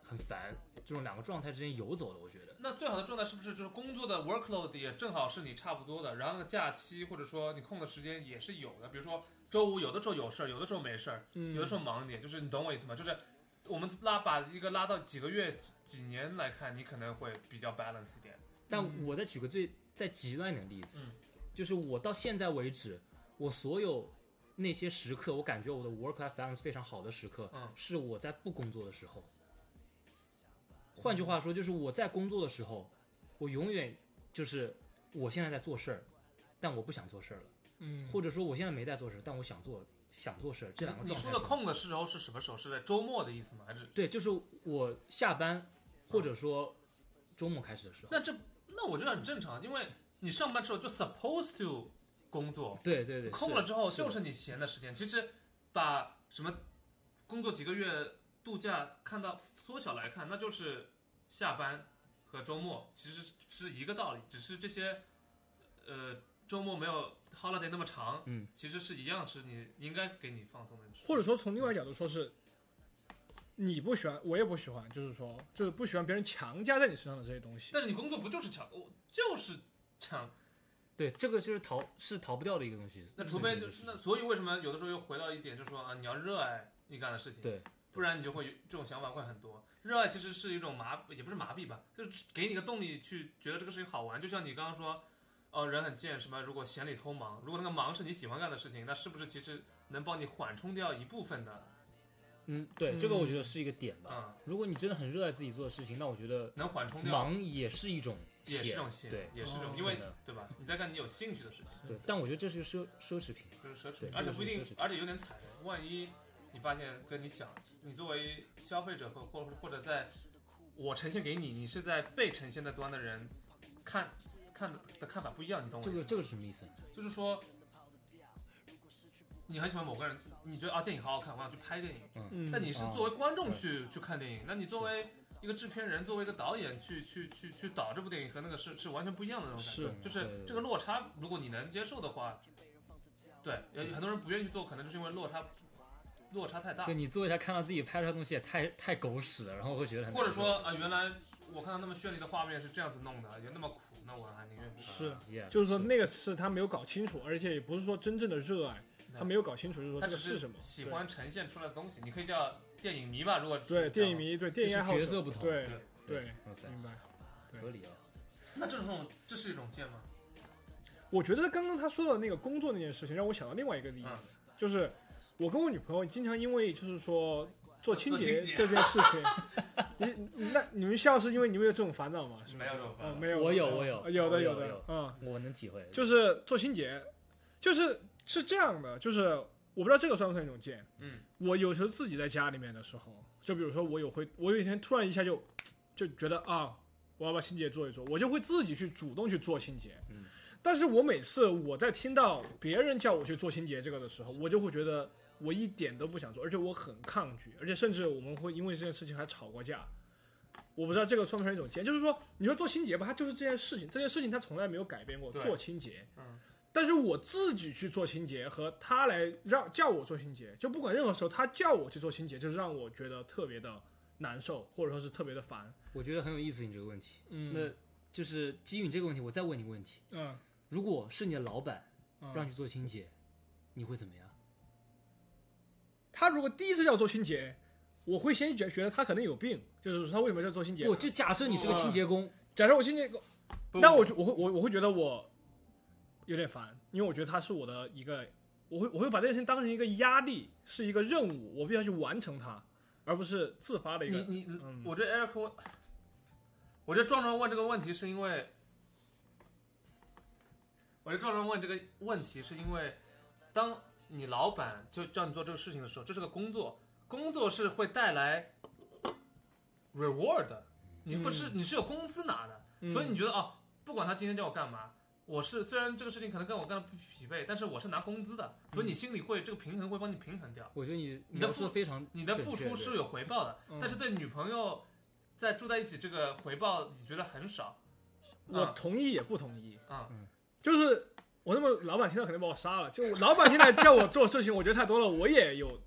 [SPEAKER 3] 很烦，这种两个状态之间游走的，我觉得。
[SPEAKER 1] 那最好的状态是不是就是工作的 workload 也正好是你差不多的，然后那个假期或者说你空的时间也是有的，比如说周五有的时候有事儿，有的时候没事儿，
[SPEAKER 2] 嗯
[SPEAKER 1] 有的时候忙一点，就是你懂我意思吗？就是我们拉把一个拉到几个月、几几年来看，你可能会比较 balance 一点。
[SPEAKER 3] 但我再举个最再极端一点的例子，
[SPEAKER 1] 嗯
[SPEAKER 3] 就是我到现在为止，我所有那些时刻，我感觉我的 work life balance 非常好的时刻，
[SPEAKER 1] 嗯
[SPEAKER 3] 是我在不工作的时候。换句话说，就是我在工作的时候，我永远就是我现在在做事儿，但我不想做事儿了，
[SPEAKER 2] 嗯，
[SPEAKER 3] 或者说我现在没在做事儿，但我想做想做事儿，这两个
[SPEAKER 1] 你
[SPEAKER 3] 状态
[SPEAKER 1] 说的
[SPEAKER 3] 是
[SPEAKER 1] 空的时候是什么时候？是在周末的意思吗？还是
[SPEAKER 3] 对，就是我下班或者说周末开始的时候，
[SPEAKER 1] 那这那我觉得很正常，因为你上班之后就 supposed to 工作，
[SPEAKER 3] 对对对，
[SPEAKER 1] 空了之后
[SPEAKER 3] 的
[SPEAKER 1] 就是你闲的时间。其实把什么工作几个月度假看到缩小来看，那就是下班和周末其实是一个道理，只是这些呃周末没有 holiday 那么长，
[SPEAKER 3] 嗯，
[SPEAKER 1] 其实是一样，是你应该给你放松的时间，
[SPEAKER 2] 或者说从另外一个角度说是，你不喜欢，我也不喜欢，就是说就是不喜欢别人强加在你身上的这些东西。
[SPEAKER 1] 但是你工作不就是抢，我就是抢。
[SPEAKER 3] 对，这个就是逃是逃不掉的一个东西。
[SPEAKER 1] 那除非
[SPEAKER 3] 这
[SPEAKER 1] 就
[SPEAKER 3] 个
[SPEAKER 1] 是那，所以为什么有的时候又回到一点，就是说啊，你要热爱你干的事情，
[SPEAKER 3] 对，
[SPEAKER 1] 不然你就会有这种想法会很多。热爱其实是一种麻，也不是麻痹吧，就是给你个动力去觉得这个事情好玩。就像你刚刚说，哦、人很贱，什么如果闲里偷忙，如果那个忙是你喜欢干的事情，那是不是其实能帮你缓冲掉一部分的，
[SPEAKER 3] 嗯，对，这个我觉得是一个点吧。
[SPEAKER 1] 嗯，
[SPEAKER 3] 如果你真的很热爱自己做的事情，那我觉得
[SPEAKER 1] 能缓冲掉，
[SPEAKER 3] 忙也是一种
[SPEAKER 1] 也是一
[SPEAKER 3] 闲
[SPEAKER 1] 种闲，
[SPEAKER 3] 对
[SPEAKER 1] 也是一种，
[SPEAKER 2] 哦
[SPEAKER 1] 因为
[SPEAKER 3] 是的
[SPEAKER 1] 对吧？你在干你有兴趣的事情，
[SPEAKER 3] 对。但我觉得这是个奢奢侈品。
[SPEAKER 1] 就是奢侈
[SPEAKER 3] 对
[SPEAKER 1] 品，而且不一定
[SPEAKER 3] 这个是奢侈，品
[SPEAKER 1] 而且有点惨。万一你发现跟你想，你作为消费者或或或者在我呈现给你，你是在被呈现的端的人看看的的看法不一样，你懂我
[SPEAKER 3] 这
[SPEAKER 1] 意思
[SPEAKER 3] 个
[SPEAKER 1] 吗？
[SPEAKER 3] 这个是什么意思呢？
[SPEAKER 1] 就是说，你很喜欢某个人，你觉得啊电影好好看，我想去拍电影。
[SPEAKER 2] 嗯，
[SPEAKER 1] 但你是
[SPEAKER 3] 啊
[SPEAKER 1] 作为观众去、去看电影，那你作为一个制片人，作为一个导演去去去去导这部电影，和那个是是完全不一样的那种感
[SPEAKER 2] 是
[SPEAKER 1] 觉，就
[SPEAKER 3] 对
[SPEAKER 1] 是
[SPEAKER 3] 对
[SPEAKER 1] 这个落差，如果你能接受的话，对，有很多人不愿意去做，可能就是因为落差落差太大
[SPEAKER 3] 就，你坐一下看到自己拍出来的东西也太太狗屎了，然后会觉得很
[SPEAKER 1] 或者
[SPEAKER 3] 难受
[SPEAKER 1] 说啊、呃原来我看到那么绚丽的画面是这样子弄的，有那么苦，那我还宁愿不看
[SPEAKER 2] 是
[SPEAKER 3] Yeah，
[SPEAKER 2] 就是说那个是他没有搞清楚，而且也不是说真正的热爱，他没有搞清楚，就是说
[SPEAKER 1] 他
[SPEAKER 2] 这
[SPEAKER 1] 只
[SPEAKER 2] 个是什么。
[SPEAKER 1] 喜欢呈现出来的东西，你可以叫电影迷吧，如果
[SPEAKER 2] 对对
[SPEAKER 1] 这样
[SPEAKER 2] 电影迷，对电影爱好
[SPEAKER 3] 就
[SPEAKER 2] 者
[SPEAKER 3] 是角色不同
[SPEAKER 2] 对
[SPEAKER 1] 对
[SPEAKER 2] 对，
[SPEAKER 3] 哇塞
[SPEAKER 2] 明白。
[SPEAKER 3] 合理啊。
[SPEAKER 1] 那这种这是一种贱吗？
[SPEAKER 2] 我觉得刚刚他说的那个工作那件事情，让我想到另外一个例子，
[SPEAKER 1] 嗯
[SPEAKER 2] 就是我跟我女朋友经常因为就是说做清洁
[SPEAKER 1] 做清洁
[SPEAKER 2] 这件事 情，你你那你们笑是因为你们有这种烦恼吗？是不
[SPEAKER 1] 没
[SPEAKER 2] 是
[SPEAKER 1] 有这种烦恼
[SPEAKER 2] 呃没有，
[SPEAKER 3] 我有
[SPEAKER 2] 没
[SPEAKER 3] 我有
[SPEAKER 2] 呃有的
[SPEAKER 3] 我有我
[SPEAKER 2] 的
[SPEAKER 3] 有，
[SPEAKER 2] 嗯，
[SPEAKER 3] 我能体会，
[SPEAKER 2] 就是做清洁，就是是这样的，就是我不知道这个算不算一种贱，
[SPEAKER 1] 嗯，
[SPEAKER 2] 我有时候自己在家里面的时候，就比如说我有会，我有一天突然一下就就觉得啊，我要把清洁做一做，我就会自己去主动去做清洁。
[SPEAKER 3] 嗯，
[SPEAKER 2] 但是我每次我在听到别人叫我去做清洁这个的时候，我就会觉得我一点都不想做，而且我很抗拒，而且甚至我们会因为这件事情还吵过架。我不知道这个算不算一种贱，就是说，你说做清洁吧，它就是这件事情，这件事情它从来没有改变过
[SPEAKER 1] 对
[SPEAKER 2] 做清洁。
[SPEAKER 1] 嗯，
[SPEAKER 2] 但是我自己去做清洁和他来让叫我做清洁，就不管任何时候他叫我去做清洁，就是让我觉得特别的难受，或者说是特别的烦。
[SPEAKER 3] 我觉得很有意思你这个问题。
[SPEAKER 2] 嗯，
[SPEAKER 3] 那就是基于你这个问题，我再问你个问题：
[SPEAKER 2] 嗯
[SPEAKER 3] 如果是你的老板让
[SPEAKER 2] 嗯，
[SPEAKER 3] 你去做清洁，你会怎么样？
[SPEAKER 2] 他如果第一次叫我做清洁，我会先觉觉得他可能有病，就是他为什么叫做清洁？
[SPEAKER 3] 不，就假设你是个清洁工，
[SPEAKER 2] 假设我清洁，
[SPEAKER 1] 不
[SPEAKER 2] 但我就我会我我会觉得我有点烦，因为我觉得它是我的一个，我会我会把这件事情当成一个压力，是一个任务，我必须要去完成它，而不是自发的一
[SPEAKER 1] 你
[SPEAKER 2] 个。
[SPEAKER 1] 你
[SPEAKER 2] 嗯，
[SPEAKER 1] 我这 Eric，问我这壮壮问这个问题是因为，我这壮壮问这个问题是因为，当你老板就叫你做这个事情的时候，这是个工作，工作是会带来 reward 的，你不是、你是有工资拿的，
[SPEAKER 2] 嗯
[SPEAKER 1] 所以你觉得哦，不管他今天叫我干嘛。我是虽然这个事情可能跟我干的不匹配，但是我是拿工资的，所以
[SPEAKER 2] 嗯
[SPEAKER 1] 你心里会这个平衡会帮你平衡掉。
[SPEAKER 3] 我觉得你
[SPEAKER 1] 你的
[SPEAKER 3] 描述
[SPEAKER 1] 付
[SPEAKER 3] 得非常
[SPEAKER 1] 你的
[SPEAKER 3] 准
[SPEAKER 1] 付
[SPEAKER 3] 确
[SPEAKER 1] 出
[SPEAKER 3] 对
[SPEAKER 1] 是有回报的，
[SPEAKER 2] 嗯
[SPEAKER 1] 但是对女朋友在住在一起这个回报，你觉得很少？
[SPEAKER 2] 我
[SPEAKER 1] 啊
[SPEAKER 2] 同意也不同意，嗯
[SPEAKER 1] 啊
[SPEAKER 2] 就是我那么老板现在肯定把我杀了，就我老板现在叫我做事情，我觉得太多了，我也有，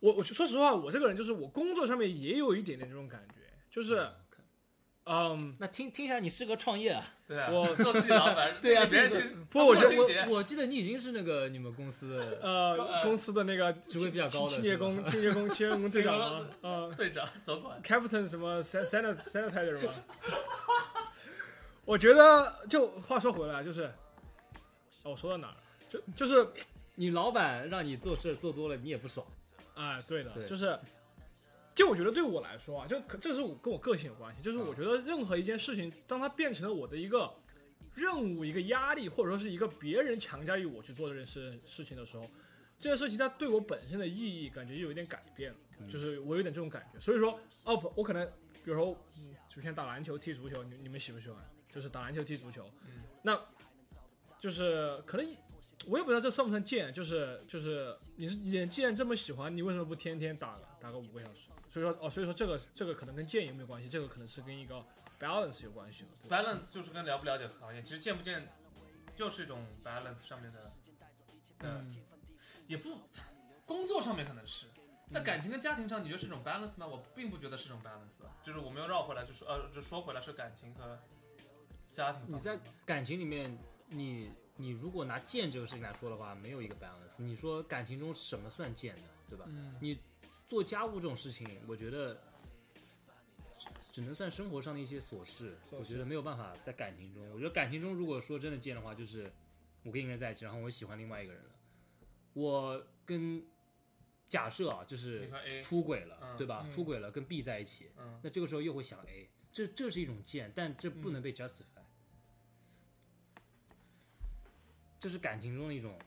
[SPEAKER 2] 我我说实话，我这个人就是我工作上面也有一点点这种感觉，就是嗯，
[SPEAKER 4] 那听听起来你适合创业啊？
[SPEAKER 1] 对啊，
[SPEAKER 2] 我
[SPEAKER 1] 做自己老板，
[SPEAKER 3] 对啊
[SPEAKER 1] 给别人
[SPEAKER 3] 自
[SPEAKER 1] 去
[SPEAKER 2] 不我
[SPEAKER 1] 做
[SPEAKER 2] 觉得
[SPEAKER 1] 清洁
[SPEAKER 3] 我我记得你已经是那个你们公 司的
[SPEAKER 2] 呃公司的那个
[SPEAKER 3] 职位比较高的
[SPEAKER 2] 清洁工、清洁工、清洁工队长 吗？呃
[SPEAKER 1] 队长总管，
[SPEAKER 2] ，Captain 什么 san- sanit- sanitizer 吗？ 我觉得，就话说回来，就是，哦，我说到哪儿了？就就是，
[SPEAKER 3] 你老板让你做事做多了，你也不爽。
[SPEAKER 2] 哎，对的，
[SPEAKER 3] 对
[SPEAKER 2] 就是，就我觉得对我来说啊，就可这是我跟我个性有关系，就是我觉得任何一件事情，当它变成了我的一个任务、一个压力，或者说是一个别人强加于我去做这件事事情的时候，这件事情它对我本身的意义感觉又有点改变了，就是我有点这种感觉，所以说，哦，不我可能比如说，嗯，首先打篮球、踢足球，你你们喜不喜欢？就是打篮球、踢足球，
[SPEAKER 1] 嗯
[SPEAKER 2] 那就是可能我也不知道这算不算贱，就是就是你是你既然这么喜欢，你为什么不天天打打个五个小时？所以说哦，所以说这个这个可能跟贱也没有关系，这个可能是跟一个 balance 有关系的。对吧
[SPEAKER 1] balance 就是跟了不了解行业，其实见不见就是一种 balance 上面的，的也不工作上面可能是。
[SPEAKER 3] 嗯
[SPEAKER 1] 那感情跟家庭上，你觉得是一种 balance 吗？我并不觉得是一种 balance 吧，就是我们又绕回来，就是呃，就说回来是感情和家庭方面
[SPEAKER 3] 你
[SPEAKER 1] 吧。
[SPEAKER 3] 在感情里面，你你如果拿贱这个事情来说的话，没有一个 balance。你说感情中什么算贱呢？对吧？
[SPEAKER 2] 嗯
[SPEAKER 1] 嗯
[SPEAKER 3] 你做家务这种事情，我觉得只只能算生活上的一些琐事。
[SPEAKER 2] 琐事
[SPEAKER 3] 我觉得没有办法在感情中。我觉得感情中如果说真的贱的话，就是我跟一个人在一起，然后我喜欢另外一个人了，我跟假设啊，就
[SPEAKER 1] 你
[SPEAKER 3] 是
[SPEAKER 1] 和 A，
[SPEAKER 3] 出轨了，
[SPEAKER 1] 嗯
[SPEAKER 3] 对吧？
[SPEAKER 2] 嗯
[SPEAKER 3] 出轨了，跟 B 在一起，
[SPEAKER 1] 嗯，
[SPEAKER 3] 那这个时候又会想 A，这这是一种贱，但这
[SPEAKER 2] 嗯
[SPEAKER 3] 不能被 justify，、这是感情中的一种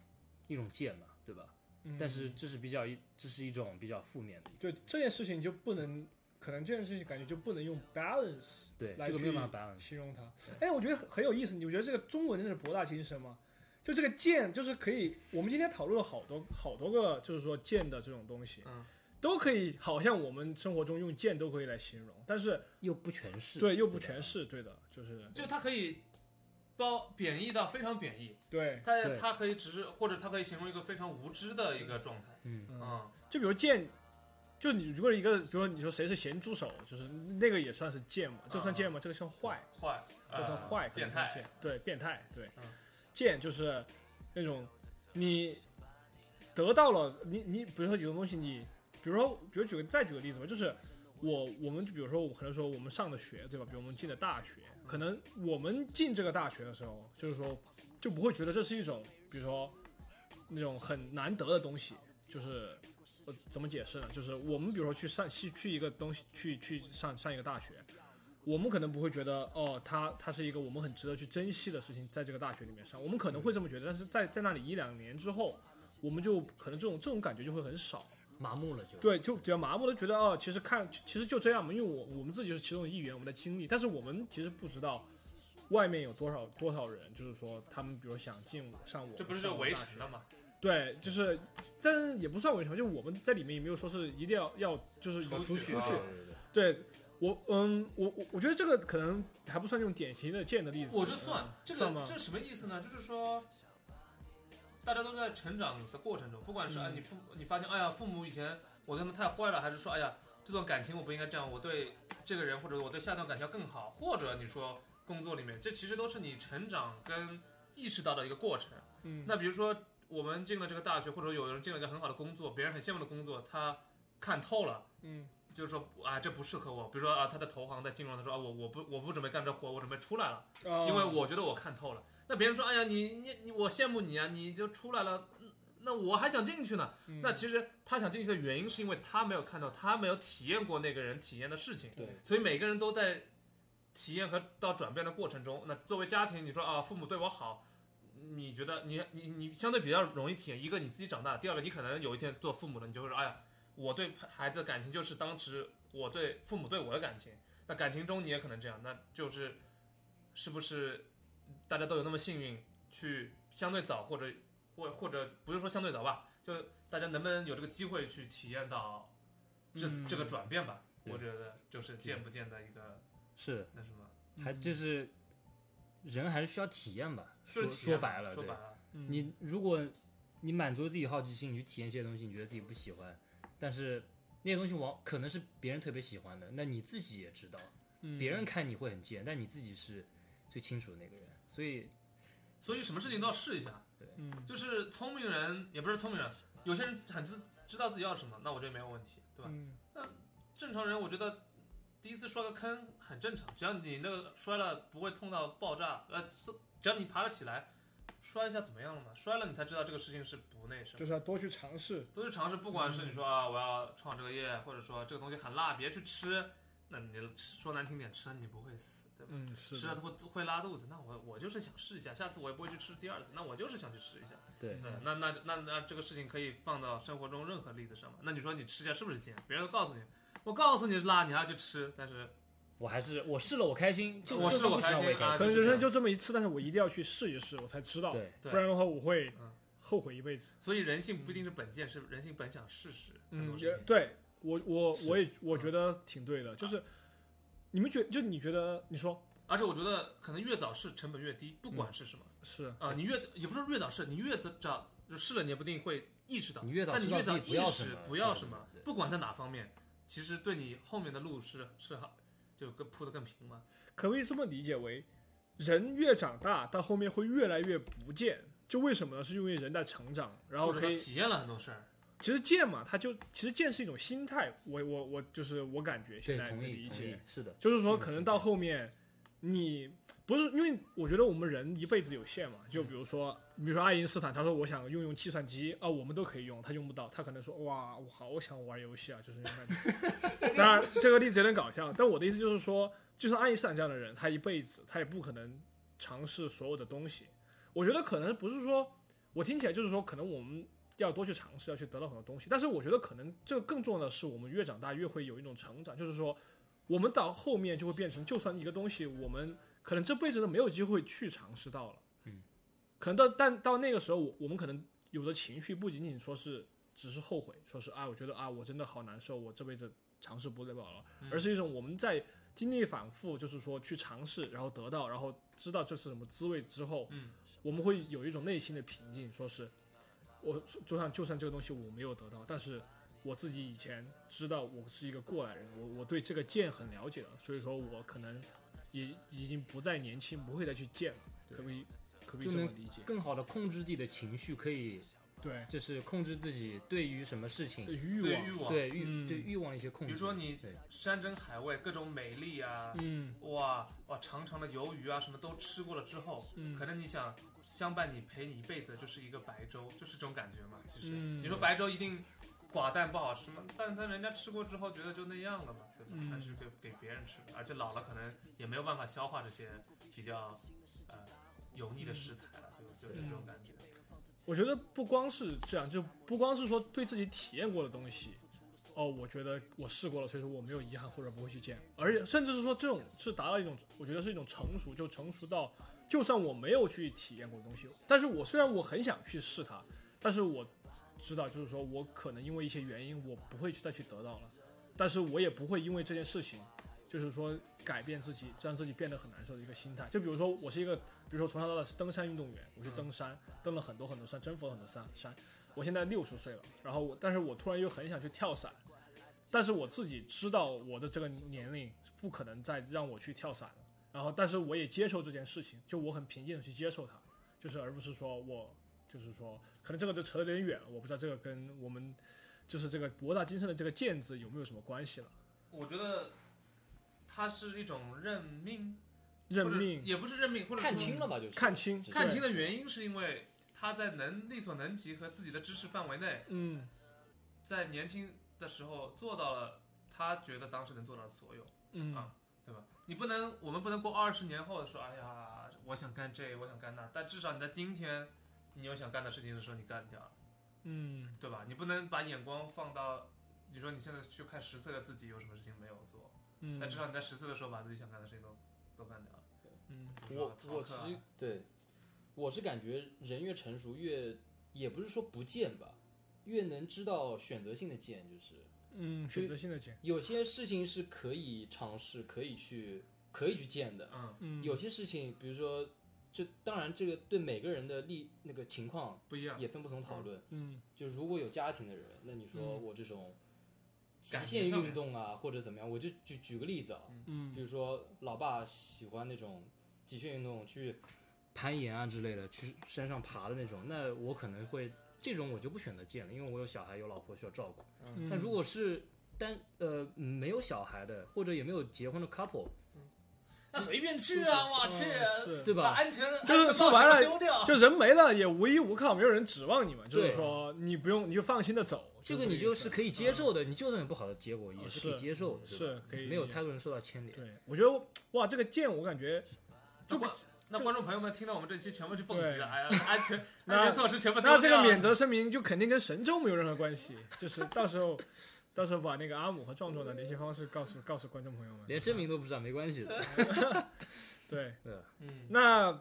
[SPEAKER 3] 一种贱嘛，对吧？但是这是比较一，这是一种比较负面的，
[SPEAKER 2] 嗯就这件事情就不能，可能这件事情感觉就不能用 balance
[SPEAKER 3] 对，
[SPEAKER 2] 来
[SPEAKER 3] 这个没有办
[SPEAKER 2] 去
[SPEAKER 3] 法 balance。
[SPEAKER 2] 形容它。
[SPEAKER 3] 嗯
[SPEAKER 2] 哎，我觉得很很有意思，你觉得这个中文真的是博大精深吗？就这个剑，就是可以，我们今天讨论了好多好多个，就是说剑的这种东西，
[SPEAKER 1] 嗯，
[SPEAKER 2] 都可以，好像我们生活中用剑都可以来形容，但是
[SPEAKER 3] 又不全是，
[SPEAKER 2] 对又不
[SPEAKER 3] 吧
[SPEAKER 2] 全，是对的，就是
[SPEAKER 1] 就它可以包贬义到非常贬义，
[SPEAKER 2] 对，
[SPEAKER 1] 它
[SPEAKER 3] 对
[SPEAKER 1] 它可以只是或者它可以形容一个非常无知的一个状态，
[SPEAKER 3] 嗯，
[SPEAKER 2] 嗯，
[SPEAKER 1] 嗯，
[SPEAKER 2] 就比如剑，就你如果一个，比如说你说谁是咸猪手，就是那个也算是剑嘛，这算剑吗？这个算坏，
[SPEAKER 1] 坏，
[SPEAKER 2] 这算
[SPEAKER 1] 呃
[SPEAKER 2] 坏，可
[SPEAKER 1] 变
[SPEAKER 2] 能算
[SPEAKER 1] 态
[SPEAKER 2] 贱，，对，变态，对
[SPEAKER 1] 嗯，
[SPEAKER 2] 贱就是那种你得到了你你，比如说有的东西你，比如说比如举个再举个例子吧，就是我我们就比如说我可能说我们上的学对吧，比如我们进的大学，可能我们进这个大学的时候，就是说就不会觉得这是一种比如说那种很难得的东西，就是。呃，怎么解释呢？就是我们比如说去上去去一个东西去去上上一个大学，我们可能不会觉得哦，它它是一个我们很值得去珍惜的事情，在这个大学里面上，我们可能会这么觉得，但是在在那里一两年之后，我们就可能这种这种感觉就会很少，
[SPEAKER 3] 麻木了就，
[SPEAKER 2] 对，就比较麻木的觉得哦，其实看其实就这样嘛，因为我我们自己是其中的一员，我们在经历，但是我们其实不知道外面有多少多少人，就是说他们比如想进上我
[SPEAKER 1] 这不是
[SPEAKER 2] 上
[SPEAKER 1] 就
[SPEAKER 2] 我们
[SPEAKER 1] 围
[SPEAKER 2] 大
[SPEAKER 1] 城
[SPEAKER 2] 学
[SPEAKER 1] 了吗？
[SPEAKER 2] 对，就是，但是也不算围城，就我们在里面也没有说是一定要要就是
[SPEAKER 1] 出
[SPEAKER 2] 出
[SPEAKER 1] 去
[SPEAKER 2] 去
[SPEAKER 1] 啊，
[SPEAKER 3] 对对对
[SPEAKER 2] 对我，嗯，我我我觉得这个可能还不算那种典型的贱的例子。
[SPEAKER 1] 我就算
[SPEAKER 4] 嗯
[SPEAKER 1] 这
[SPEAKER 2] 嗯算
[SPEAKER 1] 个
[SPEAKER 2] 吗
[SPEAKER 1] 这什么意思呢？就是说，大家都在成长的过程中，不管是
[SPEAKER 2] 嗯
[SPEAKER 1] 啊你父你发现哎呀父母以前我对他们太坏了，还是说哎呀这段感情我不应该这样，我对这个人或者我对下段感情要更好，或者你说工作里面，这其实都是你成长跟意识到的一个过程。
[SPEAKER 2] 嗯，
[SPEAKER 1] 那比如说我们进了这个大学，或者有人进了一个很好的工作，别人很羡慕的工作，他看透了。
[SPEAKER 2] 嗯，
[SPEAKER 1] 就是说啊，这不适合我。比如说啊，他在投行在金融，他说啊，我我不我不准备干这活，我准备出来了，
[SPEAKER 4] 哦
[SPEAKER 1] 因为我觉得我看透了。那别人说，哎呀，你你你，我羡慕你啊，你就出来了，嗯那我还想进去呢。
[SPEAKER 4] 嗯
[SPEAKER 1] 那其实他想进去的原因是因为他没有看到，他没有体验过那个人体验的事情。
[SPEAKER 2] 对，
[SPEAKER 1] 所以每个人都在体验和到转变的过程中。那作为家庭，你说啊，父母对我好，你觉得你你你相对比较容易体验一个你自己长大，第二个你可能有一天做父母了，你就会说，哎呀，我对孩子的感情就是当时我对父母对我的感情。那感情中你也可能这样，那就是是不是大家都有那么幸运去相对早或者或或者不是说相对早吧，就大家能不能有这个机会去体验到这、
[SPEAKER 4] 嗯
[SPEAKER 1] 这个转变吧？
[SPEAKER 3] 对
[SPEAKER 1] 我觉得就是见不见的一个
[SPEAKER 3] 是的，
[SPEAKER 1] 那什么，
[SPEAKER 3] 还
[SPEAKER 2] 嗯
[SPEAKER 3] 就是人还是需要体验吧。
[SPEAKER 1] 就
[SPEAKER 3] 说
[SPEAKER 1] 是体验吧
[SPEAKER 3] 白了，
[SPEAKER 1] 说
[SPEAKER 3] 对
[SPEAKER 1] 白，了，
[SPEAKER 3] 你如果你满足自己好奇心，你去体验一些东西，你觉得自己不喜欢，但是那些东西往可能是别人特别喜欢的，那你自己也知道，
[SPEAKER 1] 嗯
[SPEAKER 3] 别人看你会很贱，但你自己是最清楚的那个人，所以
[SPEAKER 1] 所以什么事情都要试一下。
[SPEAKER 4] 嗯
[SPEAKER 1] 就是聪明人也不是聪明人，有些人很知知道自己要什么，那我觉得没有问题，对吧？
[SPEAKER 4] 嗯
[SPEAKER 1] 正常人我觉得第一次摔个坑很正常，只要你那个摔了不会痛到爆炸，呃，只要你爬得起来，摔一下怎么样了嘛？摔了你才知道这个事情是不那什么。
[SPEAKER 4] 就是要多去尝试。
[SPEAKER 1] 都是尝试，不管是你说啊，我要创这个业，或者说这个东西很辣，别去吃。那你吃说难听点，吃了你不会死，对吧？
[SPEAKER 4] 嗯，
[SPEAKER 1] 吃了会会拉肚子，那我我就是想试一下，下次我也不会去吃第二次，那我就是想去吃一下。
[SPEAKER 3] 对
[SPEAKER 1] 对，那那那那这个事情可以放到生活中任何例子上嘛？那你说你吃一下是不是贱？别人都告诉你，我告诉你辣，你还要去吃，但是
[SPEAKER 3] 我还是我试了，我开心，就
[SPEAKER 1] 我试了我
[SPEAKER 3] 不喜欢
[SPEAKER 1] 开心
[SPEAKER 3] 我也开
[SPEAKER 1] 啊
[SPEAKER 4] 可能
[SPEAKER 1] 就是
[SPEAKER 4] 人
[SPEAKER 1] 这
[SPEAKER 4] 生
[SPEAKER 1] 样
[SPEAKER 4] 就这么一次，但是我一定要去试一试，我才知道，
[SPEAKER 3] 对，
[SPEAKER 1] 对
[SPEAKER 4] 不然的话我会
[SPEAKER 1] 嗯
[SPEAKER 4] 后悔一辈子。
[SPEAKER 1] 所以人性不一定是本贱，是人性本想试试很
[SPEAKER 3] 嗯
[SPEAKER 1] 多事
[SPEAKER 4] 也
[SPEAKER 1] 情。
[SPEAKER 4] 对我我
[SPEAKER 3] 是
[SPEAKER 4] 我也我
[SPEAKER 1] 嗯
[SPEAKER 4] 觉得挺对的，就是你们觉就你觉得你说
[SPEAKER 1] 而且我觉得可能越早试成本越低，不管是什
[SPEAKER 3] 嗯
[SPEAKER 1] 么。
[SPEAKER 4] 是
[SPEAKER 1] 啊，你越也不是越早试，你越早就试了，你也不一定会意识到。
[SPEAKER 3] 你越早
[SPEAKER 1] 但你
[SPEAKER 3] 知道
[SPEAKER 1] 越早
[SPEAKER 3] 自己
[SPEAKER 1] 意
[SPEAKER 3] 不要什
[SPEAKER 1] 识
[SPEAKER 3] 么
[SPEAKER 1] 不要
[SPEAKER 3] 对
[SPEAKER 1] 什么
[SPEAKER 3] 对，
[SPEAKER 1] 不管在哪方面，其实对你后面的路是是好，就更铺的更平嘛。
[SPEAKER 4] 可不可以这么理解为，人越长大到后面会越来越不见？就为什么呢？是因为人在成长，然后
[SPEAKER 1] 或者
[SPEAKER 4] 可
[SPEAKER 1] 说
[SPEAKER 4] 以
[SPEAKER 1] 体验了很多事儿，
[SPEAKER 4] 其实见嘛，它就其实见是一种心态。我我我就是我感觉
[SPEAKER 3] 对，
[SPEAKER 4] 现在的
[SPEAKER 3] 同
[SPEAKER 4] 理
[SPEAKER 3] 意同意
[SPEAKER 4] 解，，
[SPEAKER 3] 是的，
[SPEAKER 4] 就是说
[SPEAKER 3] 是的
[SPEAKER 4] 可能
[SPEAKER 3] 是的
[SPEAKER 4] 到后面你不是因为我觉得我们人一辈子有限嘛，
[SPEAKER 3] 嗯
[SPEAKER 4] 就比如说比如说爱因斯坦，他说我想用用计算机啊，我们都可以用，他用不到，他可能说哇，我好想玩游戏啊，就是那种感 觉。当然这个例子有点搞笑，但我的意思就是说，就像爱因斯坦这样的人，他一辈子他也不可能尝试所有的东西。我觉得可能不是说，我听起来就是说，可能我们要多去尝试，要去得到很多东西。但是我觉得可能这个更重要的是，我们越长大越会有一种成长，就是说，我们到后面就会变成，就算一个东西，我们可能这辈子都没有机会去尝试到了。
[SPEAKER 3] 嗯，
[SPEAKER 4] 可能到但到那个时候，我我们可能有的情绪不仅仅说是只是后悔，说是啊，我觉得啊，我真的好难受，我这辈子尝试不了了，
[SPEAKER 1] 嗯
[SPEAKER 4] 而是一种我们在经历反复，就是说去尝试，然后得到，然后知道这是什么滋味之后，
[SPEAKER 1] 嗯，
[SPEAKER 4] 我们会有一种内心的平静，说是我就算就算这个东西我没有得到，但是我自己以前知道我是一个过来人，我我对这个剑很了解了，所以说我可能也已经不再年轻，不会再去剑了，可不可以？可不可以
[SPEAKER 3] 就
[SPEAKER 4] 这么
[SPEAKER 3] 能
[SPEAKER 4] 理解？
[SPEAKER 3] 更好的控制自己的情绪，可以
[SPEAKER 4] 对，
[SPEAKER 3] 就是控制自己对于什么事情
[SPEAKER 4] 对欲
[SPEAKER 1] 对
[SPEAKER 4] 望，
[SPEAKER 1] 欲望，
[SPEAKER 3] 对
[SPEAKER 4] 嗯
[SPEAKER 3] 欲对欲望一些控
[SPEAKER 1] 比
[SPEAKER 3] 制。
[SPEAKER 1] 如说你
[SPEAKER 3] 对
[SPEAKER 1] 山珍海味，各种美丽啊，
[SPEAKER 4] 嗯
[SPEAKER 1] 哇哇，长长的鱿鱼啊，什么都吃过了之后，
[SPEAKER 4] 嗯
[SPEAKER 1] 可能你想相伴你陪你一辈子，就是一个白粥，就是这种感觉嘛。其实、
[SPEAKER 4] 嗯
[SPEAKER 1] 你说白粥一定寡淡不好吃吗？但但人家吃过之后觉得就那样了嘛，对吧？
[SPEAKER 4] 嗯
[SPEAKER 1] 还是给给别人吃的，而且老了可能也没有办法消化这些比较呃油腻的食材了，就就是这种感觉。
[SPEAKER 4] 我觉得不光是这样，就不光是说对自己体验过的东西，哦，我觉得我试过了，所以说我没有遗憾或者不会去见，而且甚至是说这种是达到一种，我觉得是一种成熟，就成熟到就算我没有去体验过的东西，但是我虽然我很想去试它，但是我知道就是说我可能因为一些原因我不会去再去得到了，但是我也不会因为这件事情。就是说，改变自己，让自己变得很难受的一个心态。就比如说，我是一个，比如说从小到大是登山运动员，我去登山，登了很多很多山，征服了很多山山。我现在六十岁了，然后我，但是我突然又很想去跳伞，但是我自己知道我的这个年龄是不可能再让我去跳伞了。然后，但是我也接受这件事情，就我很平静的去接受它，就是而不是说我就是说，可能这个就扯得有点远了，我不知道这个跟我们就是这个博大精深的这个“见”字有没有什么关系了。
[SPEAKER 1] 我觉得它是一种认命，
[SPEAKER 4] 认
[SPEAKER 1] 或者
[SPEAKER 4] 命，
[SPEAKER 1] 也不是认命，或者
[SPEAKER 3] 看
[SPEAKER 1] 说
[SPEAKER 3] 清了吧，就是
[SPEAKER 4] 看清
[SPEAKER 3] 只是
[SPEAKER 1] 看清的原因是因为他在能力所能及和自己的知识范围内，
[SPEAKER 4] 嗯，
[SPEAKER 1] 在年轻的时候做到了他觉得当时能做到的所有，
[SPEAKER 4] 嗯
[SPEAKER 1] 啊对吧？你不能，我们不能过二十年后说，哎呀，我想干这，我想干那，但至少你在今天，你有想干的事情的时候，你干掉了，
[SPEAKER 4] 嗯
[SPEAKER 1] 对吧？你不能把眼光放到，你说你现在去看十岁的自己有什么事情没有做，
[SPEAKER 4] 嗯，
[SPEAKER 1] 但至少你在十岁的时候把自己想干的事情都都干掉了。
[SPEAKER 4] 嗯
[SPEAKER 1] 比如说
[SPEAKER 3] 我我其
[SPEAKER 1] 逃课啊
[SPEAKER 2] 嗯
[SPEAKER 3] 实对，我是感觉人越成熟越也不是说不贱吧，越能知道选择性的贱，就是
[SPEAKER 4] 嗯，选择性的减，
[SPEAKER 3] 有些事情是可以尝试，可以去可以去见的，
[SPEAKER 1] 嗯，
[SPEAKER 4] 嗯，
[SPEAKER 3] 有些事情比如说。这当然，这个对每个人的利那个情况
[SPEAKER 1] 不一样，
[SPEAKER 3] 也分不同讨论。
[SPEAKER 4] 嗯
[SPEAKER 3] 就如果有家庭的人，那你说
[SPEAKER 4] 嗯
[SPEAKER 3] 我这种
[SPEAKER 1] 感情
[SPEAKER 3] 极限
[SPEAKER 1] 上
[SPEAKER 3] 运
[SPEAKER 1] 面
[SPEAKER 3] 动啊，或者怎么样，我就举举个例子啊，比
[SPEAKER 4] 嗯
[SPEAKER 3] 如说老爸喜欢那种极限运动，去攀岩啊之类的，去山上爬的那种，那我可能会这种我就不选择健了，因为我有小孩有老婆需要照顾。
[SPEAKER 4] 嗯，
[SPEAKER 3] 但如果是单呃没有小孩的，或者也没有结婚的 couple，
[SPEAKER 1] 那随便去啊，我
[SPEAKER 4] 嗯
[SPEAKER 1] 去，
[SPEAKER 4] 是
[SPEAKER 3] 对
[SPEAKER 1] 把
[SPEAKER 3] 吧？
[SPEAKER 1] 安全安
[SPEAKER 4] 就是
[SPEAKER 1] 全帽
[SPEAKER 4] 说白了
[SPEAKER 1] 全部丢掉，
[SPEAKER 4] 就人没了也无依无靠，没有人指望你们，就
[SPEAKER 3] 哦
[SPEAKER 4] 是
[SPEAKER 3] 对
[SPEAKER 4] 说你不用你就放心的走，
[SPEAKER 3] 这
[SPEAKER 4] 个
[SPEAKER 3] 个你就
[SPEAKER 4] 就
[SPEAKER 3] 是是
[SPEAKER 4] 这
[SPEAKER 3] 可以接受的，你就算有不好的结果也是可以
[SPEAKER 4] 啊是
[SPEAKER 3] 接受的，
[SPEAKER 4] 意思
[SPEAKER 3] 对吧
[SPEAKER 4] 是可以
[SPEAKER 3] 没有
[SPEAKER 4] 理解
[SPEAKER 3] 太多人受到牵连。
[SPEAKER 4] 对，我觉得哇，这个剑我感觉
[SPEAKER 1] 那观那观众朋友们听到我们这期全部去蹦极
[SPEAKER 4] 对
[SPEAKER 1] 了，哎呀，安全
[SPEAKER 4] 那
[SPEAKER 1] 安全措施全部都
[SPEAKER 4] 那这个
[SPEAKER 1] 掉了
[SPEAKER 4] 免责声明就肯定跟神州没有任何关系，就是到时候 到时候把那个阿姆和壮壮的联系方式告诉告诉观众朋友们，
[SPEAKER 3] 连真名都不知道，没关系
[SPEAKER 4] 嗯
[SPEAKER 3] 的。
[SPEAKER 4] 对，
[SPEAKER 3] 对，
[SPEAKER 1] 嗯，
[SPEAKER 4] 那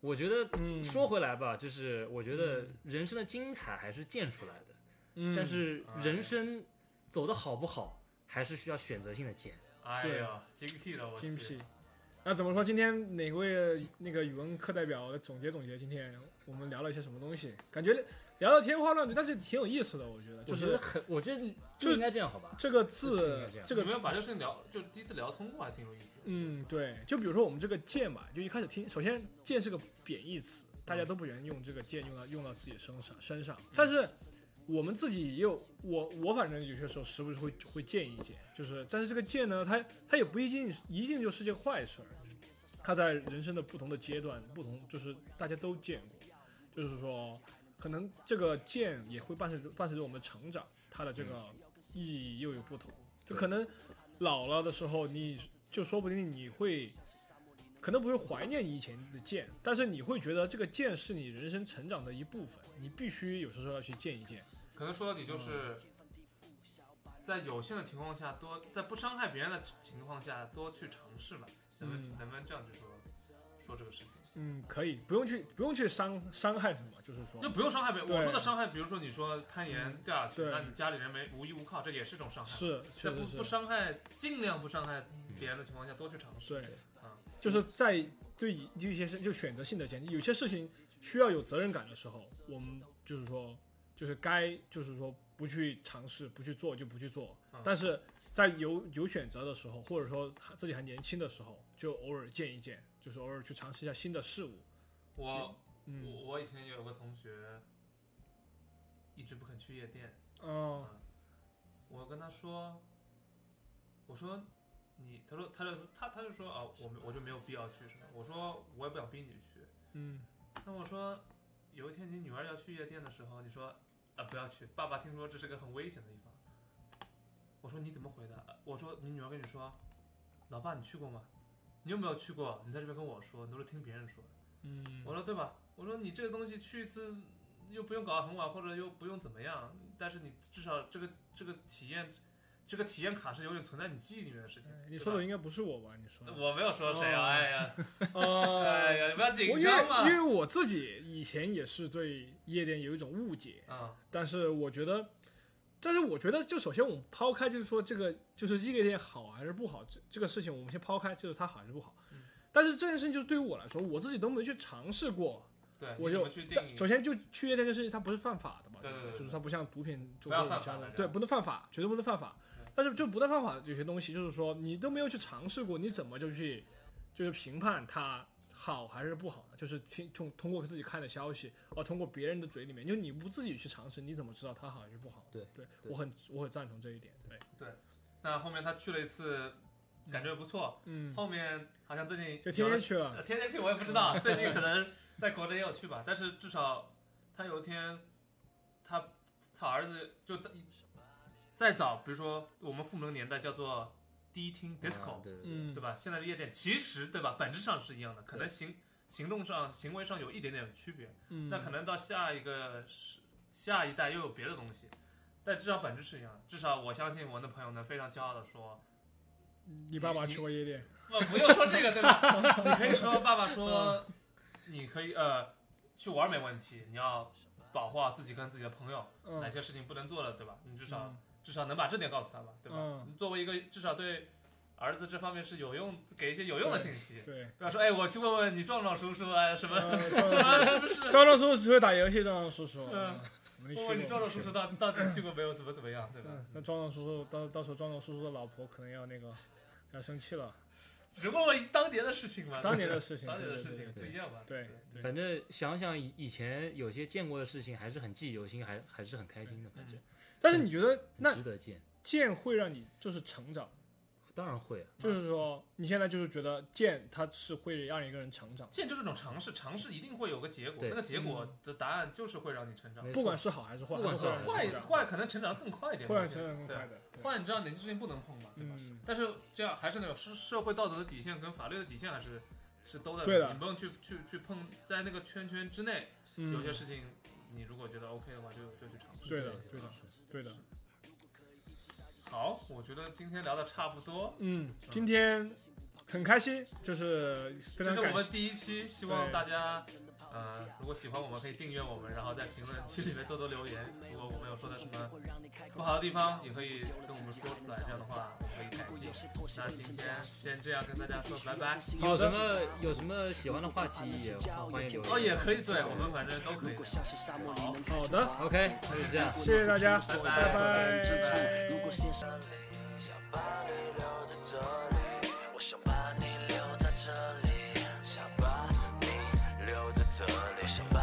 [SPEAKER 3] 我觉得
[SPEAKER 4] 嗯
[SPEAKER 3] 说回来吧，就是我觉得
[SPEAKER 4] 嗯
[SPEAKER 3] 人生的精彩还是见出来的。
[SPEAKER 4] 嗯
[SPEAKER 3] 但是
[SPEAKER 1] 哎
[SPEAKER 3] 人生走的好不好，还是需要选择性的见。
[SPEAKER 1] 哎
[SPEAKER 4] 对
[SPEAKER 1] 呀，精辟了，我去
[SPEAKER 4] 精辟。那怎么说？今天哪位那个语文课代表总结总结？今天我们聊了一些什么东西？感觉聊到天花乱坠，但是挺有意思的，我觉得。就
[SPEAKER 5] 我觉得
[SPEAKER 4] 是
[SPEAKER 5] 很，我觉得
[SPEAKER 4] 就是
[SPEAKER 5] 就应该这样，好吧？
[SPEAKER 4] 这个
[SPEAKER 5] 就是应
[SPEAKER 4] 字
[SPEAKER 5] 该这，样
[SPEAKER 4] 这
[SPEAKER 1] 你
[SPEAKER 4] 个
[SPEAKER 1] 们把这事情聊，就第一次聊通过，还挺有意思的。
[SPEAKER 4] 嗯，对。就比如说我们这个“剑”吧，就一开始听，首先“剑”是个贬义词，大家都不愿意用这个“剑”用到用到自己身上身上。嗯但是我们自己也有，我我反正有些时候时不时会会见一见，就是但是这个见呢，它它也不一定一定就是件坏事儿，它在人生的不同的阶段，不同就是大家都见过，就是说可能这个见也会伴随着伴随着我们的成长，它的这个意义又有不同，就可能老了的时候，你就说不定你会。可能不会怀念以前的剑，但是你会觉得这个剑是你人生成长的一部分，你必须有时候要去见一见。
[SPEAKER 1] 可能说到底就是，在有限的情况下多，在不伤害别人的情况下多去尝试吧。咱们
[SPEAKER 4] 嗯
[SPEAKER 1] 咱们这样去说说这个事情，
[SPEAKER 4] 嗯，可以，不用去不用去伤伤害什么，就是说
[SPEAKER 1] 就不用伤害别人。
[SPEAKER 4] 对
[SPEAKER 1] 我说的伤害，比如说你说攀岩
[SPEAKER 4] 嗯
[SPEAKER 1] 掉下去，
[SPEAKER 4] 对
[SPEAKER 1] 那你家里人没无依无靠，这也是一种伤害。
[SPEAKER 4] 是
[SPEAKER 1] 在
[SPEAKER 4] 确
[SPEAKER 1] 不
[SPEAKER 4] 实
[SPEAKER 1] 不
[SPEAKER 4] 是，嗯
[SPEAKER 1] 伤害，尽量不伤害别人的情况下，多去尝试。
[SPEAKER 4] 对
[SPEAKER 1] 嗯，
[SPEAKER 4] 就是在对一就一些事就选择性的建议，有些事情需要有责任感的时候，我们就是说就是该就是说不去尝试不去做就不去做
[SPEAKER 1] 嗯，
[SPEAKER 4] 但是在有有选择的时候，或者说还自己还年轻的时候，就偶尔见一见，就是偶尔去尝试一下新的事物。
[SPEAKER 1] 我我
[SPEAKER 4] 嗯，
[SPEAKER 1] 我以前有个同学，一直不肯去夜店。啊
[SPEAKER 4] 哦，
[SPEAKER 1] 我跟他说，我说你，他说他就他他就说啊，我没我就没有必要去什么。我说我也不想逼你去。
[SPEAKER 4] 嗯
[SPEAKER 1] 那我说有一天你女儿要去夜店的时候，你说啊不要去，爸爸听说这是个很危险的地方。我说你怎么回答？我说你女儿跟你说，老爸你去过吗？你有没有去过？你在这边跟我说，你都是听别人说的。
[SPEAKER 4] 嗯，
[SPEAKER 1] 我说对吧？我说你这个东西去一次又不用搞得很晚，或者又不用怎么样，但是你至少这个这个体验，这个体验卡是永远存在你记忆里面的事情。
[SPEAKER 4] 嗯你
[SPEAKER 1] 对
[SPEAKER 4] 说的
[SPEAKER 1] 吧
[SPEAKER 4] 应该不是我吧？你 说的。
[SPEAKER 1] 我没有说谁啊，
[SPEAKER 4] 哦
[SPEAKER 1] 哎呀，
[SPEAKER 4] 哦
[SPEAKER 1] 哎呀，你不要
[SPEAKER 4] 我
[SPEAKER 1] 紧
[SPEAKER 4] 因为
[SPEAKER 1] 张嘛
[SPEAKER 4] 因。为我自己以前也是对夜店有一种误解，
[SPEAKER 1] 嗯，
[SPEAKER 4] 但是我觉得，但是我觉得，就首先我们抛开，就是说这个就是夜店好还是不好，这这个事情我们先抛开，就是它好还是不好。
[SPEAKER 1] 嗯
[SPEAKER 4] 但是这件事情就是对于我来说，我自己都没去尝试过。
[SPEAKER 1] 对，
[SPEAKER 4] 我
[SPEAKER 1] 你怎
[SPEAKER 4] 就
[SPEAKER 1] 么去定
[SPEAKER 4] 但
[SPEAKER 1] 义？
[SPEAKER 4] 首先就去夜店这事情，它不是犯法的嘛，
[SPEAKER 1] 对
[SPEAKER 4] 吧
[SPEAKER 1] 对对对
[SPEAKER 4] 就是它不像毒品就
[SPEAKER 1] 不要
[SPEAKER 4] 是
[SPEAKER 1] 犯
[SPEAKER 4] 这样
[SPEAKER 1] 法
[SPEAKER 4] 的
[SPEAKER 1] 的
[SPEAKER 4] 对，不能犯法，绝对不能犯法
[SPEAKER 1] 对。
[SPEAKER 4] 但是就不但犯法，有些东西就是说你都没有去尝试过，你怎么就去就是评判它好还是不好呢？就是听通通过自己看的消息，而通过别人的嘴里面，就你不自己去尝试，你怎么知道它好还是不好？
[SPEAKER 5] 对
[SPEAKER 4] 对，
[SPEAKER 5] 对
[SPEAKER 4] 我很我很赞同这一点。对，
[SPEAKER 1] 那后面他去了一次，感觉不错。
[SPEAKER 4] 嗯，
[SPEAKER 1] 后面好像最近
[SPEAKER 4] 就天
[SPEAKER 1] 有
[SPEAKER 4] 天
[SPEAKER 1] 了
[SPEAKER 4] 去了，
[SPEAKER 1] 呃天天去我也不知道，最近可能在国内也有去吧，但是至少他有一天，他他儿子就再早，比如说我们父母那个年代叫做迪厅 disco，、
[SPEAKER 3] 啊对对对
[SPEAKER 4] 嗯，
[SPEAKER 1] 对吧？现在的夜店其实对吧，本质上是一样的，可能行行动上、行为上有一点点区别，
[SPEAKER 4] 嗯，
[SPEAKER 1] 那可能到下一个是下一代又有别的东西，但至少本质是一样的。至少我相信我的朋友能非常骄傲的 说，
[SPEAKER 4] 你爸爸去过夜店，
[SPEAKER 1] 不不用说这个 对吧？你可以说爸爸说，
[SPEAKER 4] 嗯
[SPEAKER 1] 你可以呃去玩没问题，你要保护好自己跟自己的朋友，
[SPEAKER 4] 嗯，
[SPEAKER 1] 哪些事情不能做了对吧？你至
[SPEAKER 4] 嗯
[SPEAKER 1] 少、至少能把这点告诉他吧，对吧？
[SPEAKER 4] 嗯
[SPEAKER 1] 你作为一个至少对儿子这方面是有用，给一些有用的信息。
[SPEAKER 4] 嗯对，
[SPEAKER 1] 不要说，哎，我去问问你壮壮叔叔啊，什么、
[SPEAKER 4] 呃
[SPEAKER 1] 什么是不是？
[SPEAKER 4] 壮壮叔叔只会打游戏，壮壮叔叔，
[SPEAKER 1] 嗯
[SPEAKER 4] 嗯，没去
[SPEAKER 1] 问
[SPEAKER 4] 过，
[SPEAKER 1] 问你壮壮
[SPEAKER 4] 没
[SPEAKER 1] 叔
[SPEAKER 4] 去
[SPEAKER 1] 叔
[SPEAKER 4] 过。
[SPEAKER 1] 到到底去过没有，怎么怎么样，对吧？
[SPEAKER 4] 嗯，那壮壮叔叔到到时候壮壮叔叔的老婆可能要那个要生气了，
[SPEAKER 1] 只不过问当年的事情嘛，
[SPEAKER 4] 当年的事情，
[SPEAKER 1] 当年的
[SPEAKER 4] 对
[SPEAKER 1] 事情，不
[SPEAKER 6] 对
[SPEAKER 1] 一样嘛，
[SPEAKER 4] 对对对，
[SPEAKER 3] 反正想想以以前有些见过的事情，还是很记忆犹新，还还是很开心的，
[SPEAKER 1] 嗯
[SPEAKER 3] 反正
[SPEAKER 4] 但是你觉得
[SPEAKER 3] 很
[SPEAKER 4] 嗯那
[SPEAKER 3] 值得见。
[SPEAKER 4] 剑会让你就是成长，
[SPEAKER 3] 当然会啊，
[SPEAKER 4] 就是说你现在就是觉得剑它是会让一个人成长，
[SPEAKER 1] 这就是一种尝试，尝试一定会有个结果，
[SPEAKER 3] 对
[SPEAKER 1] 那个结果的答案就是会让你成长
[SPEAKER 3] 没，
[SPEAKER 4] 嗯不
[SPEAKER 3] 错
[SPEAKER 4] 管是好还是坏，
[SPEAKER 3] 不管是好
[SPEAKER 4] 还
[SPEAKER 3] 没
[SPEAKER 4] 会让
[SPEAKER 1] 坏
[SPEAKER 4] 你成长
[SPEAKER 1] 坏可能成长得更快一点，
[SPEAKER 4] 会让你
[SPEAKER 1] 对
[SPEAKER 4] 成长更快的，对
[SPEAKER 1] 坏你知道哪些事情不能碰嘛，对吧？
[SPEAKER 4] 嗯，
[SPEAKER 1] 但是这样还是那种社社会道德的底线跟法律的底线还是是都在，
[SPEAKER 4] 对的
[SPEAKER 1] 你不用去去去碰，在那个圈圈之内，
[SPEAKER 4] 嗯
[SPEAKER 1] 有些事情你如果觉得 OK 的话，就就去尝试。
[SPEAKER 4] 对的，对的，对的。
[SPEAKER 1] 好，我觉得今天聊的差不多，
[SPEAKER 4] 嗯，今天很开心，就是非
[SPEAKER 1] 这
[SPEAKER 4] 常
[SPEAKER 1] 是我
[SPEAKER 4] 感
[SPEAKER 1] 们
[SPEAKER 4] 谢。
[SPEAKER 1] 第一期，希望
[SPEAKER 4] 对
[SPEAKER 1] 大家。呃，如果喜欢我们，可以订阅我们，然后在评论区里面多多留言。如果我们有说的什么不好的地方，也可以跟我们说出来，这样的话我们可以改进。那今天先这样跟大家说拜拜。
[SPEAKER 3] 有什么有什么喜欢的话题也欢迎留言。
[SPEAKER 1] 哦，也可以，对我们反正都可以。好，
[SPEAKER 4] 好的，
[SPEAKER 3] OK，那就这样。
[SPEAKER 4] 谢谢大家，
[SPEAKER 1] 拜拜
[SPEAKER 4] 拜拜
[SPEAKER 7] 如果现实
[SPEAKER 8] 想把你留在这里，我想把你留在这里，想把你留在这里，想把